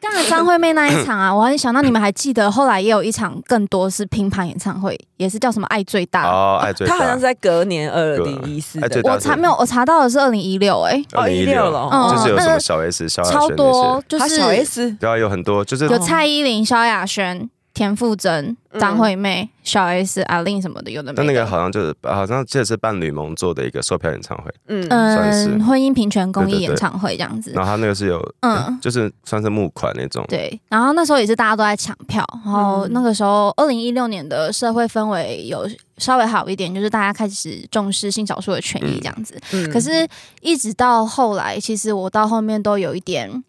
Speaker 2: 刚才张惠妹那一场 啊，我很想到你们还记得，后来也有一场更多是拼盘演唱会，也是叫什么爱最大。
Speaker 3: 哦，爱最
Speaker 1: 啊他好像
Speaker 3: 大
Speaker 1: 是，在隔年二零一四
Speaker 3: 哎
Speaker 1: 的
Speaker 3: 对，
Speaker 2: 我查没有，我查到的是二零一六，哎，
Speaker 1: 哦一六了，
Speaker 2: 嗯
Speaker 3: 就是有什
Speaker 2: 那
Speaker 3: 么
Speaker 2: 个
Speaker 3: 小 S、萧亚轩
Speaker 2: 超
Speaker 3: 那
Speaker 2: 多
Speaker 3: 啊些，，
Speaker 2: 就
Speaker 1: 他
Speaker 2: 是
Speaker 1: 小 S
Speaker 3: 对啊，有很多，就是
Speaker 2: 有蔡依林、萧亚轩、田馥甄、张惠妹、小 S、阿令什么的，有的
Speaker 3: 但
Speaker 2: 没
Speaker 3: 那个
Speaker 2: 的。
Speaker 3: 好像就是好像这是伴侣盟做的一个售票演唱会，
Speaker 1: 嗯
Speaker 3: 算是
Speaker 2: 嗯，婚姻平权公
Speaker 3: 对对
Speaker 2: 益
Speaker 3: 对
Speaker 2: 演唱会这样子
Speaker 3: 然，后他那个是有，
Speaker 2: 嗯。
Speaker 3: 就是算是募款那种，
Speaker 2: 对，然后那时候也是大家都在抢票，然后
Speaker 1: 嗯
Speaker 2: 那个时候二零一六年的社会氛围有稍微好一点，就是大家开始重视性少数的权益这样子。
Speaker 1: 嗯
Speaker 2: 可是，一直到后来，其实我到后面都有一点。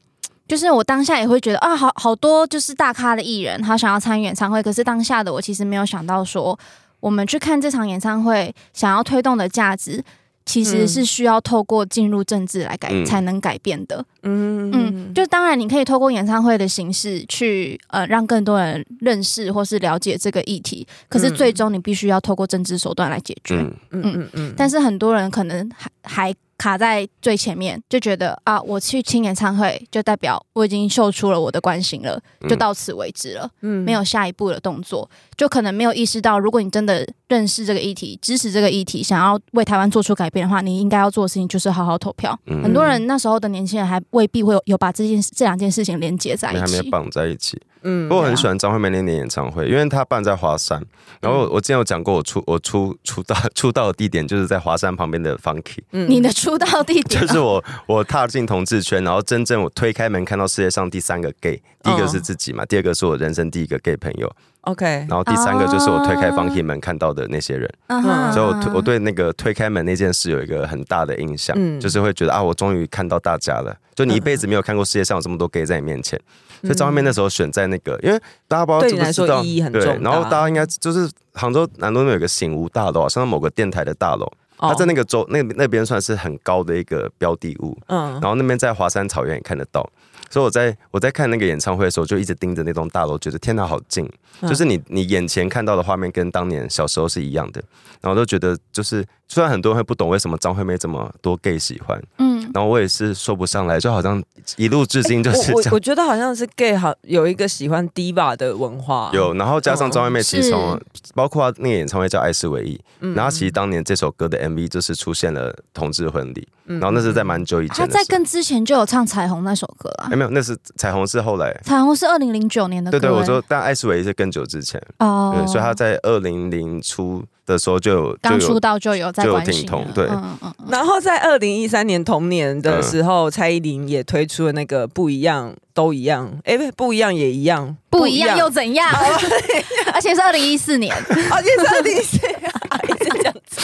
Speaker 2: 就是我当下也会觉得啊，好好多就是大咖的艺人，他想要参与演唱会，可是当下的我其实没有想到说，我们去看这场演唱会想要推动的价值，其实
Speaker 1: 嗯
Speaker 2: 是需要透过进入政治来改、
Speaker 3: 嗯
Speaker 2: 才能改变的。
Speaker 1: 嗯
Speaker 2: 嗯，就当然你可以透过演唱会的形式去呃让更多人认识或是了解这个议题，可是
Speaker 1: 嗯
Speaker 2: 最终你必须要透过政治手段来解决。
Speaker 3: 嗯，
Speaker 1: 嗯嗯嗯
Speaker 2: 但是很多人可能还还卡在最前面，就觉得啊，我去听演唱会就代表我已经秀出了我的关心了，就
Speaker 3: 嗯
Speaker 2: 到此为止了，
Speaker 1: 嗯
Speaker 2: 没有下一步的动作，就可能没有意识到，如果你真的认识这个议题，支持这个议题，想要为台湾做出改变的话，你应该要做的事情就是好好投票。
Speaker 3: 嗯
Speaker 2: 很多人那时候的年轻人还未必会有有把这件事这两件事情连接在
Speaker 3: 因为
Speaker 2: 一
Speaker 3: 他们
Speaker 2: 起
Speaker 3: 也。绑在一起。
Speaker 1: 嗯
Speaker 3: 不过我很
Speaker 2: 对啊
Speaker 3: 喜欢张惠妹那年演唱会，因为她办在华山。然后我
Speaker 2: 嗯
Speaker 3: 我之前有讲过，我出我出出道 出道的地点就是在华山旁边的 Funky，
Speaker 1: 嗯
Speaker 2: 你的出道地 点
Speaker 3: 就是我我踏进同志圈，然后真
Speaker 2: 哦
Speaker 3: 正我推开门看到世界上第三个 gay，第一个是自己嘛，第二个是我人生第一个 gay 朋友，
Speaker 1: OK，
Speaker 3: 然后第三个就是我推开
Speaker 2: 哦
Speaker 3: 防疫门看到的那些人，
Speaker 2: 嗯哼
Speaker 3: 所以我推我对那个推开门那件事有一个很大的印象，
Speaker 1: 嗯
Speaker 3: 就是会觉得啊，我终于看到大家了。就你一辈子没有看过世界上有这么多 gay 在你面前，所以张惠妹那时候选在那个，因为大家不知道
Speaker 1: 嗯对
Speaker 3: 知
Speaker 1: 你
Speaker 3: 不
Speaker 1: 来
Speaker 3: 知
Speaker 1: 说
Speaker 3: 道，
Speaker 1: 意义很
Speaker 3: 对
Speaker 1: 重，
Speaker 3: 然后
Speaker 1: 大
Speaker 3: 大家应该就是杭州南路那边有个醒吾大楼，好像是某个电台的大楼，
Speaker 1: 哦
Speaker 3: 它在那个周那那边算是很高的一个标的物，
Speaker 1: 嗯
Speaker 3: 然后那边在华山草原也看得到。所以我在我在看那个演唱会的时候，就一直盯着那栋大楼，觉得天哪，好近！
Speaker 1: 嗯
Speaker 3: 就是你你眼前看到的画面跟当年小时候是一样的，然后都觉得就是虽然很多人会不懂为什么张惠妹这么多 gay 喜欢，
Speaker 2: 嗯，
Speaker 3: 然后我也是说不上来，就好像一路至今就是
Speaker 1: 我
Speaker 3: 这
Speaker 1: 我我
Speaker 3: 样。
Speaker 1: 觉得好像是 gay 好有一个喜欢 diva 的文化，
Speaker 3: 有，然后加
Speaker 1: 嗯
Speaker 3: 上张惠妹，其实从
Speaker 2: 是
Speaker 3: 包括那个演唱会叫《爱是唯一》，
Speaker 1: 嗯，
Speaker 3: 然后其实当年这首歌的 MV 就是出现了同志婚礼，
Speaker 1: 嗯，
Speaker 3: 然
Speaker 1: 然
Speaker 3: 后那是在蛮久以
Speaker 2: 他
Speaker 3: 前的
Speaker 2: 在
Speaker 3: 事。
Speaker 2: 更之前就有唱《彩虹》那首歌啊
Speaker 3: 哎，，没有，那是彩虹是后来。
Speaker 2: 《彩虹》是二零零九
Speaker 1: 啊
Speaker 2: 年的歌
Speaker 3: 对
Speaker 2: 欸。
Speaker 3: 对，我说，但《爱是唯一》是更久之前。
Speaker 2: 哦
Speaker 3: 对，所以他在二零零初的时候就有就
Speaker 2: 刚出
Speaker 3: 有
Speaker 2: 道就有在
Speaker 3: 就有
Speaker 2: 关
Speaker 3: 挺
Speaker 2: 心
Speaker 3: 同
Speaker 2: 了
Speaker 3: 对
Speaker 2: 嗯嗯嗯，
Speaker 1: 然后在二零一三年同年的时候，蔡依林也推出了那个不一样都一样，哎，不不一样也一样，
Speaker 2: 不一样又 怎样？ 而且是二零一四年，
Speaker 1: 而且哦是二零一四， 一直这样子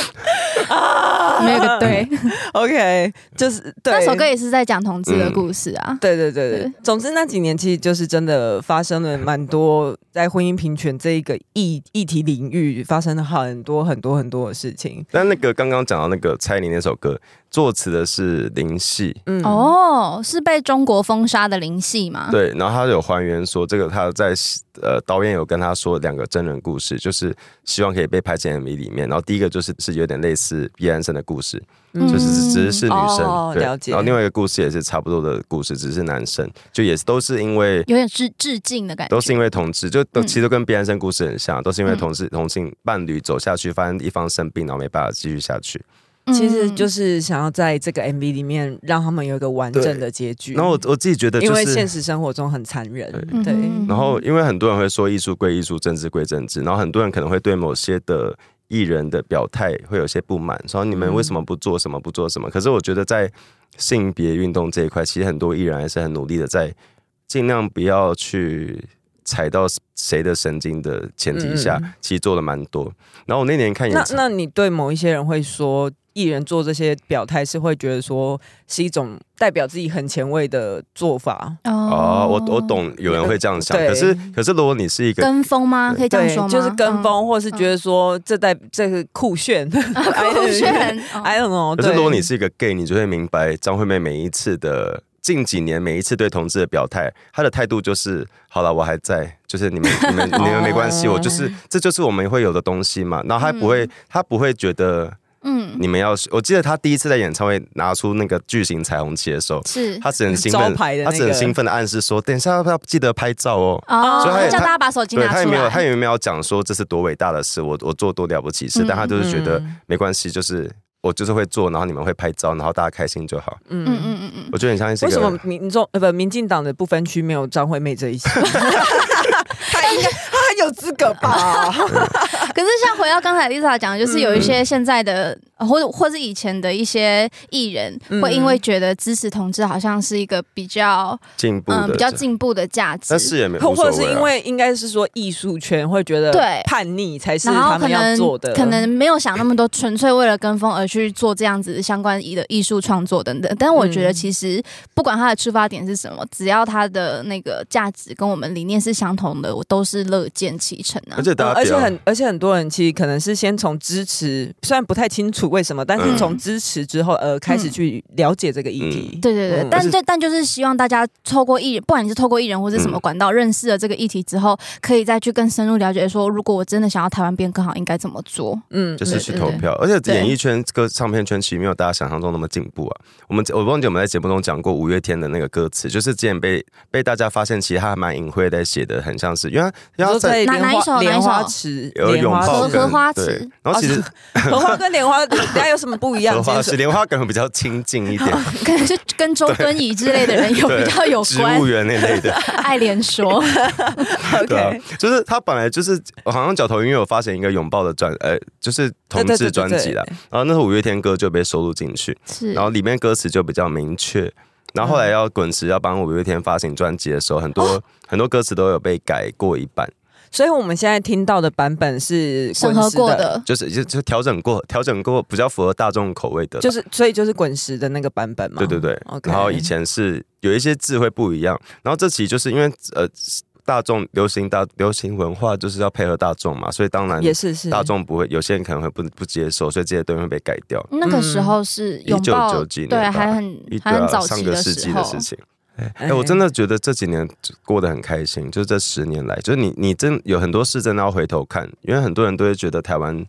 Speaker 1: 啊，
Speaker 2: 没有 个对。
Speaker 1: ，OK，就是对
Speaker 2: 那首歌也是在讲同志的故事
Speaker 3: 嗯
Speaker 2: 啊。
Speaker 1: 对对对对
Speaker 2: 对，
Speaker 1: 总之那几年其实就是真的发生了蛮多在婚姻平权这一个议议题领域发生了很多很多很多的事情。
Speaker 3: 但那个刚刚讲到那个蔡依林那首歌，作词的是林夕，
Speaker 1: 嗯，
Speaker 2: 哦，是被中国封杀的灵系吗？
Speaker 3: 对，然后他有还原说这个他在呃导演有跟他说两个真人故事，就是希望可以被拍进 MV 里面。然后第一个就是是有点类似毕安生的故事，
Speaker 1: 嗯，
Speaker 3: 就是
Speaker 2: 嗯
Speaker 3: 只是是女生，
Speaker 1: 哦
Speaker 3: 对。
Speaker 1: 了解
Speaker 3: 然后另外一个故事也是差不多的故事，只是男生，就也是都是因为
Speaker 2: 有点致致敬的感觉。
Speaker 3: 都是因为同志，就都
Speaker 2: 嗯
Speaker 3: 其实都跟毕安生故事很像，都是因为
Speaker 2: 嗯
Speaker 3: 同志同性伴侣走下去，发现一方生病，然后没办法继续下去。
Speaker 2: 嗯
Speaker 1: 其实就是想要在这个 MV 里面让他们有一个完整的结局。
Speaker 3: 然后我我自己觉得
Speaker 1: 嗯因
Speaker 3: 就
Speaker 1: 为现
Speaker 3: 是。
Speaker 1: 实生活中很残忍，
Speaker 2: 嗯
Speaker 1: 对，
Speaker 2: 嗯
Speaker 3: 然后，因为很多人会说艺术归艺术，政治归政治，然后很多人可能会对某些的艺人的表态会有些不满，说你们为
Speaker 1: 嗯
Speaker 3: 什么不做什么，不做什么？可是我觉得在性别运动这一块，其实很多艺人还是很努力的，在尽量不要去踩到谁的神经的前提下，
Speaker 1: 嗯
Speaker 3: 其实做了蛮多。然后我那年看演
Speaker 1: 那
Speaker 3: 唱
Speaker 1: 那你对某一些人会说，艺人做这些表态是会觉得说是一种代表自己很前卫的做法，
Speaker 3: 哦，我我懂，有人会这样想，
Speaker 1: 对
Speaker 3: 可是可是如果你是一个
Speaker 2: 跟风吗？可以这样
Speaker 1: 对
Speaker 2: 说吗？，
Speaker 1: 就是跟风，或是觉得说这代这个酷炫，
Speaker 2: 嗯，酷炫。哦
Speaker 1: I don't know。
Speaker 3: 可是
Speaker 1: 对
Speaker 3: 如果你是一个 gay，你就会明白张惠妹每一次的近几年每一次对同志的表态，她的态度就是好了，我还在，就是 你们你们你们没关系，
Speaker 1: 哦嗯
Speaker 3: 我就是这就是我们会有的东西嘛。然后她不会，她不会觉得
Speaker 2: 嗯，
Speaker 3: 你们要，我记得她第一次在演唱会拿出那个巨型彩虹旗的时候，
Speaker 2: 是
Speaker 3: 她只很兴
Speaker 1: 招
Speaker 3: 奋，
Speaker 1: 牌的
Speaker 3: 她
Speaker 1: 那
Speaker 3: 只很
Speaker 1: 个
Speaker 3: 兴奋的暗示说，等一下要不要记得拍照哦。
Speaker 2: 哦
Speaker 1: 所以他也，
Speaker 2: 叫大家把手机
Speaker 3: 对
Speaker 2: 拿
Speaker 3: 她也
Speaker 2: 出
Speaker 3: 没有，她
Speaker 2: 来。
Speaker 3: 也没有讲说这是多伟大的事，我我做多了不起事，
Speaker 2: 嗯
Speaker 3: 但她就是觉得
Speaker 1: 嗯
Speaker 3: 没关系，就是我就是会做，然后你们会拍照，然后大家开心就好。
Speaker 1: 嗯
Speaker 2: 嗯嗯嗯嗯，
Speaker 3: 我觉得很像是
Speaker 1: 为
Speaker 3: 一
Speaker 1: 什么
Speaker 3: 个，
Speaker 1: 民众呃不民进党的不分区没有张惠妹这一 席？他应该他很有资格 吧？
Speaker 2: 可是像回到刚才 Lisa 讲的，就是有一
Speaker 3: 嗯
Speaker 2: 些现在的，呃或者或是以前的一些艺人，
Speaker 3: 嗯
Speaker 2: 会因为觉得支持同志好像是一个比较
Speaker 3: 进步的、
Speaker 2: 嗯比较，进步的价值，
Speaker 3: 但是也没无
Speaker 1: 或
Speaker 3: 所
Speaker 1: 或
Speaker 3: 谓、啊。
Speaker 1: 者是因为应该是说艺术圈会觉得
Speaker 2: 对
Speaker 1: 叛逆才是
Speaker 2: 然后
Speaker 1: 他
Speaker 2: 可
Speaker 1: 们要
Speaker 2: 能
Speaker 1: 做的，
Speaker 2: 可能没有想那么多，纯粹为了跟风而去做这样子相关的艺术创作等等。但我觉得
Speaker 1: 嗯
Speaker 2: 其实不管他的出发点是什么，只要他的那个价值跟我们理念是相同的，我都是乐见其成啊
Speaker 3: 而。且大
Speaker 1: 呃
Speaker 3: 家
Speaker 1: 而
Speaker 3: 不
Speaker 1: 且
Speaker 3: 要，
Speaker 1: 很而且很多人其实可能是先从支持，虽然不太清楚为什么，但是
Speaker 3: 嗯
Speaker 1: 从支持之后呃开始去了解这个议题。
Speaker 2: 对对对，
Speaker 1: 嗯
Speaker 2: 但
Speaker 3: 而且
Speaker 2: 对但就是希望大家透过艺人，不管你是透过艺人或是什么
Speaker 3: 嗯
Speaker 2: 管道认识了这个议题之后，可以再去更深入了解说，如果我真的想要台湾变更好，应该怎么做？
Speaker 1: 嗯
Speaker 3: 就是去投
Speaker 2: 对
Speaker 3: 票，而且
Speaker 2: 对
Speaker 3: 演艺圈、歌唱片圈其实没有大家想象中那么进步啊。我们我忘记我们在节目中讲过五月天的那个歌词，就是之前被被大家发现，其实他还蛮隐晦在写的，很像是因为他因为
Speaker 1: 就
Speaker 3: 他
Speaker 1: 在
Speaker 3: 在
Speaker 2: 哪哪
Speaker 1: 莲
Speaker 2: 一首
Speaker 1: 花莲
Speaker 2: 哪
Speaker 1: 花
Speaker 2: 一首
Speaker 1: 池，
Speaker 3: 有
Speaker 1: 莲
Speaker 3: 拥
Speaker 1: 花
Speaker 3: 抱
Speaker 2: 和
Speaker 1: 池哦
Speaker 2: 和
Speaker 3: 跟
Speaker 2: 花
Speaker 3: 对
Speaker 2: 池
Speaker 3: 然后 其实
Speaker 1: 荷花跟莲花，大家有什么不一 样？
Speaker 3: 荷花
Speaker 1: 其
Speaker 3: 是
Speaker 1: 实
Speaker 3: 莲花梗比较亲近一点，
Speaker 2: 可能是跟周敦颐之类的人有
Speaker 3: 对
Speaker 2: 比较有
Speaker 3: 植
Speaker 2: 关
Speaker 3: 物。园那 类的。
Speaker 2: 爱 莲说，
Speaker 3: 对啊
Speaker 1: OK，，
Speaker 3: 就是他本来就是我好像角头音乐有发行一个拥抱的专，呃，就是同
Speaker 1: 对对
Speaker 3: 志
Speaker 1: 对对嗯
Speaker 3: 专辑啦。然后那首五月天歌就被收录进去，
Speaker 2: 是
Speaker 3: 然后里面歌词就比较明确。然后后来
Speaker 1: 哦
Speaker 3: 要滚石要帮五月天发行专辑的时候，很多、很多歌词都有被改过一半，
Speaker 1: 所以我们现在听到的版本是
Speaker 2: 审核
Speaker 1: 滚石
Speaker 2: 过
Speaker 1: 的，
Speaker 2: 的，
Speaker 3: 就是就就调整过，调整过比较符合大众口味的啦，
Speaker 1: 就是所以就是滚石的那个版本嘛。
Speaker 3: 对对对。
Speaker 1: OK
Speaker 3: 然后以前是有一些字会不一样，然后这期就是因为呃大众流行大流行文化就是要配合大众嘛，所以当然
Speaker 1: 也是是
Speaker 3: 大众不会，有些人可能会不不接受，所以这些东西会被改掉。
Speaker 2: 那个时
Speaker 1: 嗯
Speaker 2: 候是拥抱，
Speaker 3: 1999年
Speaker 2: 对，
Speaker 3: 吧
Speaker 2: 还很
Speaker 3: 一
Speaker 2: 还
Speaker 3: 对
Speaker 2: 很
Speaker 3: 啊
Speaker 2: 早
Speaker 3: 上
Speaker 2: 期
Speaker 3: 个
Speaker 2: 的
Speaker 3: 世纪
Speaker 2: 时
Speaker 3: 的
Speaker 2: 候
Speaker 3: 事，情。哎、哎我真的觉得这几年过得很开心，就是这十年来，就是你你真有很多事真的要回头看，因为很多人都会觉得台湾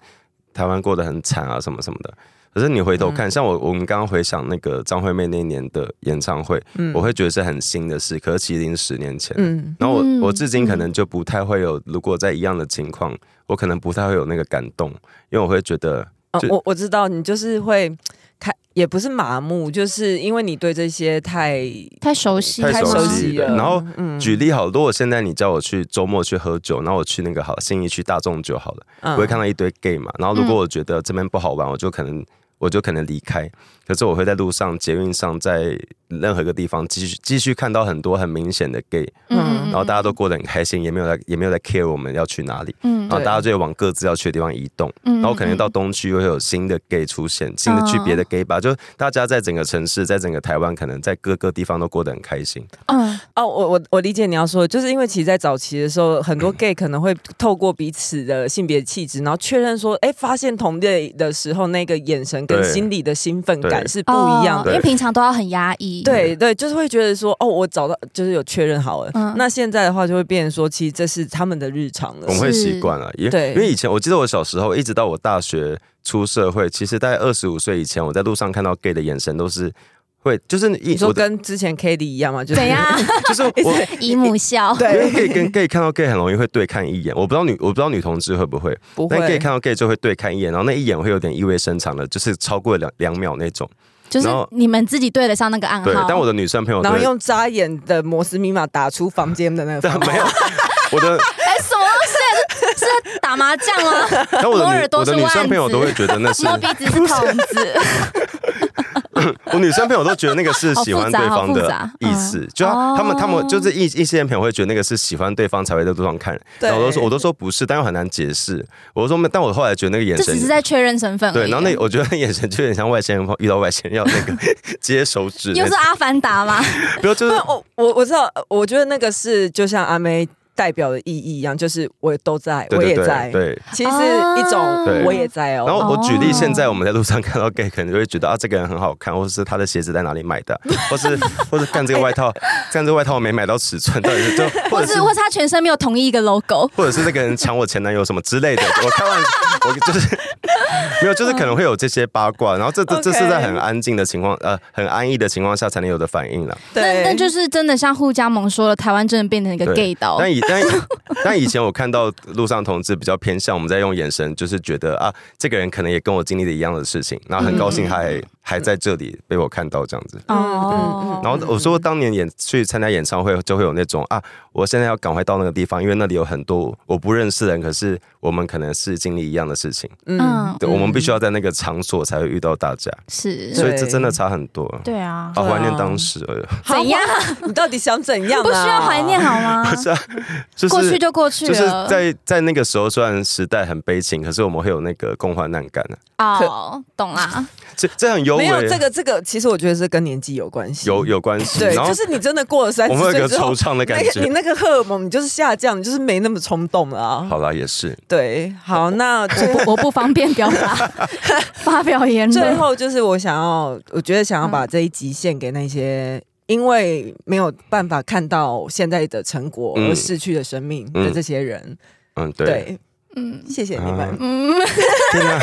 Speaker 3: 台湾过得很惨啊什么什么的。可是你回头看，
Speaker 2: 嗯
Speaker 3: 像我我们刚刚回想那个张惠妹那一年的演唱会，
Speaker 1: 嗯
Speaker 3: 我会觉得是很新的事，可是其实已经十年前。
Speaker 1: 嗯
Speaker 3: 然后我、
Speaker 2: 嗯
Speaker 3: 我至今可
Speaker 2: 嗯
Speaker 3: 能就不太会有，如果在一样的情况，我可能不太会有那个感动，因为我会觉得
Speaker 1: 嗯
Speaker 3: 就，
Speaker 1: 我我知道你就是会看，也不是麻木，就是因为你对这些太
Speaker 2: 太熟悉，
Speaker 3: 太
Speaker 1: 太
Speaker 3: 熟
Speaker 1: 熟
Speaker 3: 悉
Speaker 1: 悉
Speaker 3: 了
Speaker 1: 了。
Speaker 3: 然后
Speaker 1: 嗯
Speaker 3: 举例好，如果现在你叫我去周末去喝酒，然后我去那个好信义区大众酒好了，
Speaker 1: 嗯
Speaker 3: 我会看到一堆 gay 嘛。然后如果我觉得这边不好玩，我就可
Speaker 1: 嗯
Speaker 3: 能我就可能离开。可是我会在路上、捷运上，在任何一个地方继续继续看到很多很明显的 gay，
Speaker 1: 嗯
Speaker 3: 然后大家都过得很开心，也没有在也没有在 care 我们要去哪里。
Speaker 2: 嗯
Speaker 3: 然后
Speaker 1: 对
Speaker 3: 大家就会往各自要去的地方移动，
Speaker 2: 嗯
Speaker 3: 然后可能到东区会有新的 gay 出现，新
Speaker 1: 嗯
Speaker 3: 的去别的 gay 吧，就大家在整个城市，在整个台湾，可能在各个地方都过得很开心。
Speaker 2: 嗯
Speaker 1: 哦，我我我理解你要说的，就是因为其实，在早期的时候，很 多 gay 可能会透过彼此的性别气质，然后确认说，哎，发现同类的时候，那个眼神跟
Speaker 3: 对
Speaker 1: 心里的兴奋
Speaker 3: 对
Speaker 1: 感是不一样
Speaker 2: 哦
Speaker 1: 的。
Speaker 2: 因为平常都要很压抑，
Speaker 1: 对对，就是会觉得说，哦，我找到，就是有确认好了。
Speaker 2: 嗯
Speaker 1: 那现在的话，就会变成说，其实这是他们的日常了
Speaker 3: 我。们会
Speaker 2: 是
Speaker 3: 习惯了，因为
Speaker 1: 对
Speaker 3: 因为以前我记得我小时候，一直到我大学出社会，其实大概二十五岁以前，我在路上看到 gay 的眼神都是会，就是一
Speaker 1: 你
Speaker 3: 我
Speaker 1: 说
Speaker 3: 的
Speaker 1: 跟之前 k a t i e 一样嘛？就是
Speaker 2: 怎样
Speaker 3: 就是我。
Speaker 2: 姨母笑，
Speaker 3: 因为
Speaker 1: 对，
Speaker 3: gay 跟 gay 看到 gay 很容易会对看一眼，我不知道女我不知道女同志会不会，
Speaker 1: 不
Speaker 3: 但 gay
Speaker 1: 会。
Speaker 3: 看到 gay 就会对看一眼，然后那一眼会有点意味深长的，就是超过两两秒那种。
Speaker 2: 就是
Speaker 3: 然后
Speaker 2: 你们自己对得上那个暗
Speaker 3: 对
Speaker 2: 号，，
Speaker 3: 但我的女生朋友都
Speaker 1: 啊然后
Speaker 3: 会
Speaker 1: 用扎眼的摩斯密码打出房间的那个
Speaker 3: 但
Speaker 1: 方法，
Speaker 3: 没有 我的，
Speaker 2: 哎什么东西？是打麻将吗？
Speaker 3: 但我
Speaker 2: 摩
Speaker 3: 的
Speaker 2: 尔
Speaker 3: 女
Speaker 2: 多
Speaker 3: 我的
Speaker 2: 是
Speaker 3: 女
Speaker 2: 万
Speaker 3: 生朋友
Speaker 2: 子
Speaker 3: 都会觉 得 那是
Speaker 2: 摸鼻子是筒子，
Speaker 3: 我女生朋友都觉得那个是喜欢对方的意思，就
Speaker 2: 好复杂
Speaker 3: 他他们他
Speaker 2: 哦
Speaker 3: 们就是一一些朋友会觉得那个是喜欢对方才会在路上看，
Speaker 1: 对
Speaker 3: 然后我都说我都说不是，但又很难解释。我说没，但我后来觉得那个眼
Speaker 2: 这只是
Speaker 3: 神，
Speaker 2: 在确认身份而
Speaker 3: 对，
Speaker 2: 已。啊
Speaker 3: 然后那我觉得那眼神就有点像外星人遇到外星人要那个 接手指那
Speaker 2: 又
Speaker 3: 种，
Speaker 2: 是阿凡达吗？
Speaker 3: 不要就是
Speaker 1: 那 我我我知道，呃我觉得那个是就像阿妹代表的意义一样，就是我都在，
Speaker 3: 对对
Speaker 1: 我也在
Speaker 3: 对。对。
Speaker 1: 其实是一
Speaker 2: 啊
Speaker 3: 对
Speaker 1: 种我也在哦。
Speaker 3: 然后我举例，
Speaker 2: 哦
Speaker 3: 现在我们在路上看到 gay，可能就会觉得啊，这个人很好看，或者是他的鞋子在哪里买的，或是或者干这个外 套，干这个外套我没买到尺寸，到底 是就或
Speaker 2: 或
Speaker 3: 者是
Speaker 2: 是或是他全身没有同一一个 logo？
Speaker 3: 或者是这个人抢我前男友什么之类的，我开玩笑，我就是没有，就是可能会有这些八卦，然后这这
Speaker 1: OK
Speaker 3: 这是在很安静的情况，呃，很安逸的情况下才能有的反应了。
Speaker 2: 那
Speaker 1: 对，
Speaker 2: 那就是真的像互加盟说了，台湾真的变成一个
Speaker 3: 对
Speaker 2: gay 岛。
Speaker 3: 但以但但以前我看到路上同志比较偏向我们在用眼神，就是觉得啊，这个人可能也跟我经历的一样的事情，然后很高兴他还、还在这里被我看到这样子。
Speaker 2: 哦
Speaker 1: 嗯嗯嗯
Speaker 3: 然后我说，当年演去参加演唱会，就会有那种啊，我现在要赶快到那个地方，因为那里有很多我不认识的人，可是我们可能是经历一样的事情。
Speaker 2: 嗯，
Speaker 3: 对，我们必须要在那个场所才会遇到大家，
Speaker 2: 是，
Speaker 3: 所以这
Speaker 1: 对
Speaker 3: 真的差很多。
Speaker 2: 对啊，
Speaker 3: 好
Speaker 1: 对啊
Speaker 3: 怀念当时，哎呀
Speaker 1: 好
Speaker 2: 怎样？
Speaker 1: 你到底想怎样、啊？
Speaker 2: 不需要怀念好吗？
Speaker 3: 不是啊， 就是
Speaker 2: 过去就过去
Speaker 3: 就是
Speaker 1: 啊
Speaker 2: 了，
Speaker 3: 在在那个时候，虽然时代很悲情，可是我们会有那个共患难感啊，
Speaker 2: 哦，懂啦。
Speaker 3: 这这很优
Speaker 1: 没
Speaker 3: 美，
Speaker 1: 有这个这个，其实我觉得是跟年纪有关系。
Speaker 3: 有有关系。
Speaker 1: 对，
Speaker 3: 然后
Speaker 1: 就是你真的过了三
Speaker 3: 我
Speaker 1: 十
Speaker 3: 们会有
Speaker 1: 岁之
Speaker 3: 一个
Speaker 1: 后
Speaker 3: 惆，怅的感
Speaker 1: 那个你
Speaker 3: 觉。
Speaker 1: 那个荷尔蒙，你就是下降，你就是没那么冲动了啊。
Speaker 3: 好啦，也是
Speaker 1: 对，好，那最后
Speaker 2: 我不 方便表 达发表言
Speaker 1: 最
Speaker 2: 论。
Speaker 1: 后就是我想要，我觉得想要把这一集献给那
Speaker 2: 嗯
Speaker 1: 些。因为没有办法看到现在的成果
Speaker 3: 嗯
Speaker 1: 而逝去的生命的这些人，
Speaker 3: 嗯，对，啊
Speaker 1: 对，
Speaker 2: 嗯
Speaker 1: 谢谢你们，
Speaker 2: 嗯，
Speaker 3: 天哪！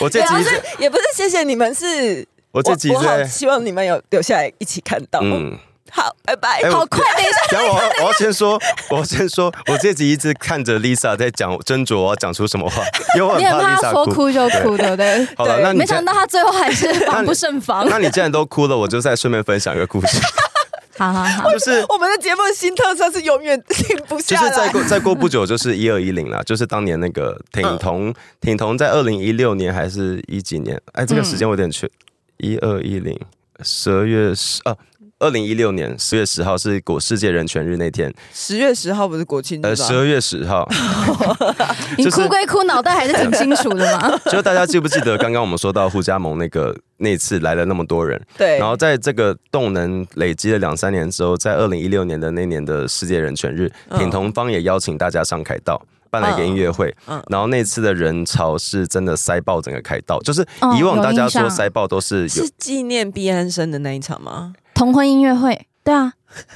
Speaker 3: 我这
Speaker 1: 对
Speaker 3: 集
Speaker 1: 啊，所以也不是谢谢你们，是
Speaker 3: 我这集
Speaker 1: 我好哦
Speaker 3: 在
Speaker 1: 希望你们有留下来一起看到。
Speaker 3: 嗯。
Speaker 1: 好，拜拜。
Speaker 3: 哎我
Speaker 1: 好
Speaker 2: 好快的一下，
Speaker 3: 然后我要我要先说，我要先说，我这集一直看着 Lisa 在讲斟酌我要讲出什么话，因为我很
Speaker 2: 你很怕他
Speaker 3: Lisa
Speaker 2: 说哭就哭，对不对？
Speaker 3: 好了，
Speaker 1: 对
Speaker 3: 那你
Speaker 2: 没
Speaker 3: 这样
Speaker 2: 想到他最后还是防不胜防。
Speaker 3: 那你既然都哭了，我就再顺便分享一个故 事，
Speaker 2: 好好好，
Speaker 3: 就是
Speaker 1: 我们的节目的新特色是永远停不
Speaker 3: 就
Speaker 1: 下来。
Speaker 3: 是再过再过不久就是一二一零啦，就是当年那个
Speaker 1: 嗯
Speaker 3: 挺同挺同在二零一六年还
Speaker 1: 嗯
Speaker 3: 是一几年？哎，这个时间我有点缺，一二一零十二月十啊。二零一六年十月十号是国世界人权日那天，
Speaker 1: 十月十号不是国庆日吧？
Speaker 3: 呃，十二月十号，
Speaker 2: 你
Speaker 3: 就是
Speaker 2: 哭归哭，脑袋还是挺清楚的 嘛。
Speaker 3: 就大家记不记得刚刚我们说到互加盟那个那次来了那么多人，
Speaker 1: 对，
Speaker 3: 然后在这个动能累积了两三年之后，在二零一六年的那年的世界人权日，
Speaker 1: 嗯
Speaker 3: 品同方也邀请大家上凯道。办了一个音乐会，
Speaker 1: 嗯嗯
Speaker 3: 然后那次的人潮是真的塞爆整个凯道，就是
Speaker 2: 哦
Speaker 3: 以往
Speaker 2: 有
Speaker 3: 大家
Speaker 2: 印象
Speaker 3: 说塞爆都是有
Speaker 1: 是纪念毕安生的那一场吗？
Speaker 2: 同婚音乐会，对啊，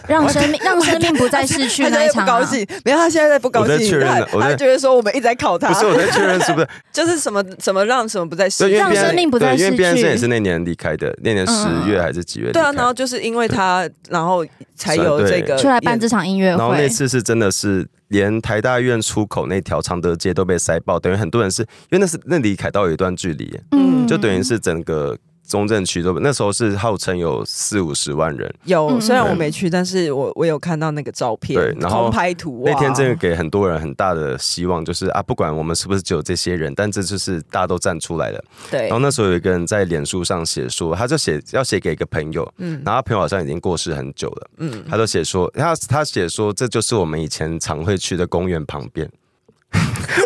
Speaker 2: 让生命让生命不再逝去
Speaker 1: 他现
Speaker 2: 那
Speaker 1: 在
Speaker 2: 一
Speaker 1: 不
Speaker 2: 场、啊
Speaker 1: 高。兴，没有，他现在在不高
Speaker 3: 我在
Speaker 1: 兴
Speaker 3: 确，认
Speaker 1: 他
Speaker 3: 了我在
Speaker 1: 他觉得说我们一直在考他
Speaker 3: 不，是我在确认是 不是？
Speaker 1: 就是什么什么让什么不再失
Speaker 3: 对，因为
Speaker 2: 让
Speaker 3: 毕安
Speaker 2: 生命不再
Speaker 3: 对，因为
Speaker 2: 逝
Speaker 3: 毕安生
Speaker 2: 去
Speaker 3: 也是那年离开的，那年
Speaker 2: 嗯
Speaker 3: 十月还是几月离开？
Speaker 1: 对啊，然后就是因为他，然后才有这个
Speaker 2: 出来办这场音乐
Speaker 3: 然后那
Speaker 2: 会，
Speaker 3: 次是真的是连台大院出口那条常德街都被塞爆，等于很多人是因为那是那离凯道有一段距离，
Speaker 1: 嗯
Speaker 3: 就等于是整个中正区都那时候是号称有四五十万人，
Speaker 1: 有，
Speaker 2: 嗯
Speaker 1: 虽然我
Speaker 3: 对
Speaker 1: 没去，但是我我有看到那个照片，
Speaker 3: 对然后
Speaker 1: 空拍图
Speaker 3: 那天真的
Speaker 1: 个
Speaker 3: 给很多人很大的希望，就是啊，不管我们是不是只有这些人，但这就是大家都站出来了。
Speaker 1: 对
Speaker 3: 然后，那时候有一个人在脸书上写说，他就写要写给一个朋友，
Speaker 1: 嗯
Speaker 3: 然后他朋友好像已经过世很久了，
Speaker 1: 嗯，
Speaker 3: 他就写说，他他写说这就是我们以前常会去的公园旁边，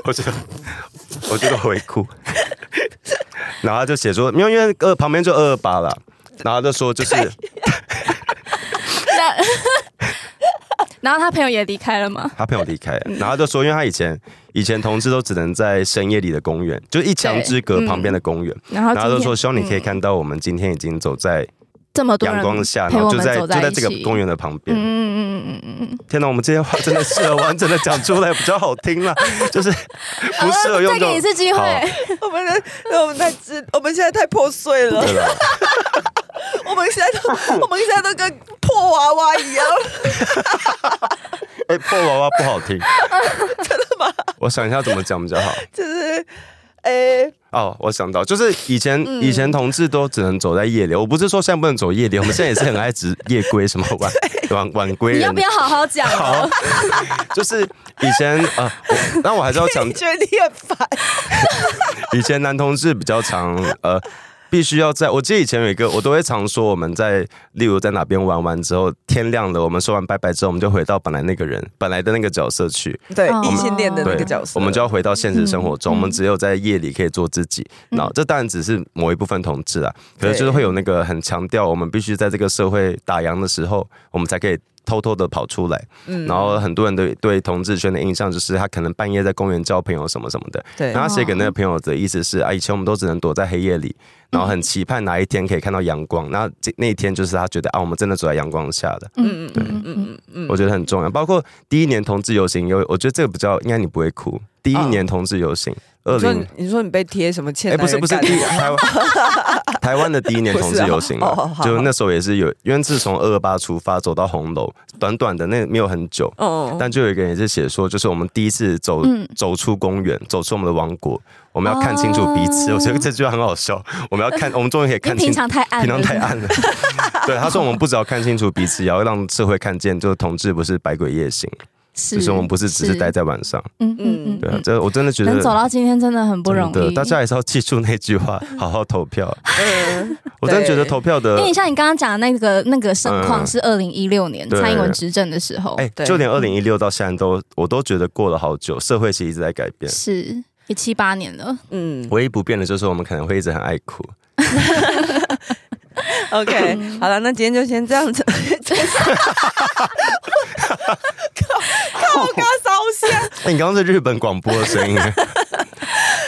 Speaker 3: 我觉得我觉得我会哭， 然后他就写说，没有，因为呃旁边就二二八了，然后他就说就是
Speaker 2: 那 然后他朋友也离开了嘛。
Speaker 3: 他朋友离开了，
Speaker 2: 嗯
Speaker 3: 然后他就说，因为他以前以前同志都只能在深夜里的公园，就一墙之隔
Speaker 2: 对嗯
Speaker 3: 旁边的公园，
Speaker 2: 然后
Speaker 3: 然后他
Speaker 2: 今
Speaker 3: 就
Speaker 2: 天
Speaker 3: 说，希望你可以看到我们今天已经走在
Speaker 2: 这么多人
Speaker 3: 阳光下，
Speaker 2: 陪
Speaker 3: 然后
Speaker 2: 我
Speaker 3: 就
Speaker 2: 们
Speaker 3: 在
Speaker 2: 走
Speaker 3: 就在这个
Speaker 2: 一起
Speaker 3: 公。园的旁边。
Speaker 2: 嗯嗯嗯嗯嗯嗯，
Speaker 3: 天哪，我们这些话真的适合完整的讲出来比较好听 啦，就是不适合用
Speaker 2: 再
Speaker 3: 这
Speaker 2: 给你一
Speaker 3: 种。
Speaker 2: 次机会，
Speaker 3: 好
Speaker 1: 我们的我们太知，我们现在太破碎了
Speaker 3: 对，了，
Speaker 1: 我们现在都我们现在都跟破娃娃一样，
Speaker 3: 哎、破娃娃不好 听，真的吗？我想一下怎么讲比较好。
Speaker 1: 就是诶、
Speaker 3: 哦，我想到，就是以前、
Speaker 2: 嗯
Speaker 3: 以前同志都只能走在夜里，我不是说现在不能走夜里，我们现在也是很爱指夜归什么晚晚晚归
Speaker 2: 你要
Speaker 3: 人
Speaker 2: 不，要好好讲啊？
Speaker 3: 好，就是以前啊，我但我还是要 讲
Speaker 1: 你，觉得你很烦，
Speaker 3: 以前男同志比较常呃，必须要在我记得以前有一个，我都会常说我们在例如在哪边玩完之后，天亮了，我们说完拜拜之后，我们就回到本来那个人本来的那个角色去，
Speaker 1: 对
Speaker 2: 哦
Speaker 1: 异性恋的那
Speaker 3: 对
Speaker 1: 个角色，
Speaker 3: 我们就要回到现实生活中，
Speaker 2: 嗯
Speaker 3: 我们只有在夜里可以做自己。
Speaker 2: 嗯
Speaker 3: 那、这当然只是某一部分同志啊，可是
Speaker 1: 对
Speaker 3: 就是会有那个很强调，我们必须在这个社会打烊的时候，我们才可以。偷偷的跑出来，
Speaker 1: 嗯
Speaker 3: 然后很多人对对同志圈的印象就是他可能半夜在公园交朋友什么什么的，
Speaker 1: 对哦
Speaker 3: 然后他写给那个朋友的意思是啊，以前我们都只能躲在黑夜
Speaker 1: 嗯
Speaker 3: 里，然后很期盼哪一天可以看到阳光。那这那一天就是他觉得啊，我们真的走在阳光下的，
Speaker 2: 嗯嗯
Speaker 1: 对
Speaker 2: 嗯嗯嗯，
Speaker 3: 我觉得很重要。包括第一年同志游行，有我觉得这个比较应该你不会哭。第一年同志游行，
Speaker 1: 哦
Speaker 3: 二
Speaker 1: 你说
Speaker 3: 零
Speaker 1: 你你说你被贴什么欠
Speaker 3: 哎
Speaker 1: 男
Speaker 3: 不是
Speaker 1: 人
Speaker 3: 不是
Speaker 1: 干
Speaker 3: 第一台 湾台湾的第一年同志游行
Speaker 1: 不是哦哦
Speaker 3: 啊，
Speaker 1: 好
Speaker 3: 就那时候也是有，因为是从二二八出发走到红楼，短短的那没有很久。
Speaker 1: 哦，
Speaker 3: 但就有一个人也是写说，就是我们第一次走、
Speaker 2: 嗯
Speaker 3: 走出公园，走出我们的王国，我们要看清楚彼此。
Speaker 2: 哦
Speaker 3: 我觉得这句话很好笑，我们要看，我们终于可以
Speaker 2: 因为
Speaker 3: 看清
Speaker 2: 平，常太暗，
Speaker 3: 平常太。暗了。 对，他说我们不只要看清楚彼此，也要让社会看见，就是同志不是百鬼夜行，
Speaker 2: 是
Speaker 3: 就是我们不是只是待在晚上。
Speaker 2: 嗯嗯
Speaker 3: 对啊
Speaker 2: 嗯，，
Speaker 3: 这我真的觉
Speaker 2: 能
Speaker 3: 得
Speaker 2: 走到今天真的很不容
Speaker 3: 真的
Speaker 2: 易。
Speaker 3: 大家还是要记住那句话，好好投 票。
Speaker 1: 嗯
Speaker 3: 我真的觉得
Speaker 1: 对
Speaker 3: 投票的
Speaker 2: 因为，你像你刚刚讲的那个那个盛况
Speaker 3: 嗯
Speaker 2: 是二零一六年
Speaker 3: 对
Speaker 2: 蔡英文执政的时候，
Speaker 3: 哎、
Speaker 1: 对
Speaker 3: 就连二零一六到现在都，我都觉得过了好久，社会其实一直在改变。
Speaker 2: 是也七八年了。
Speaker 1: 嗯
Speaker 3: 唯一不变的就是我们可能会一直很爱哭。
Speaker 2: 嗯
Speaker 1: ，OK，好了，那今天就先这样子，真是靠，靠我刚烧香。
Speaker 3: 哎、你刚刚是日本广播的 声音，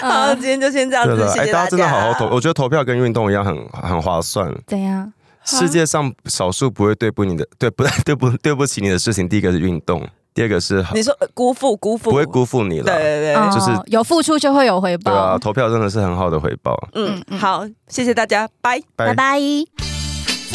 Speaker 1: 好，
Speaker 2: 嗯
Speaker 1: 今天就先这样
Speaker 3: 对
Speaker 1: 子
Speaker 3: 的，，
Speaker 1: 谢
Speaker 3: 哎、
Speaker 1: 谢
Speaker 3: 大
Speaker 1: 大
Speaker 3: 家真的好好投，我觉得投票跟运动一样很很划算。
Speaker 2: 怎样？
Speaker 3: 世界上少数不会对不你的对不 对不对不起你的事情，第一个是运动，第二个是
Speaker 1: 你说呃辜负辜负，
Speaker 3: 不会辜负你
Speaker 1: 对
Speaker 3: 了。
Speaker 1: 对嗯对，
Speaker 2: 哦
Speaker 3: 哎就是
Speaker 2: 有付出就会有回
Speaker 3: 对啊，
Speaker 2: 报。
Speaker 3: 投票真的是很好的回报。
Speaker 1: 嗯
Speaker 2: 嗯，嗯
Speaker 1: 好，谢谢大家，拜。
Speaker 2: 拜拜。
Speaker 4: 喜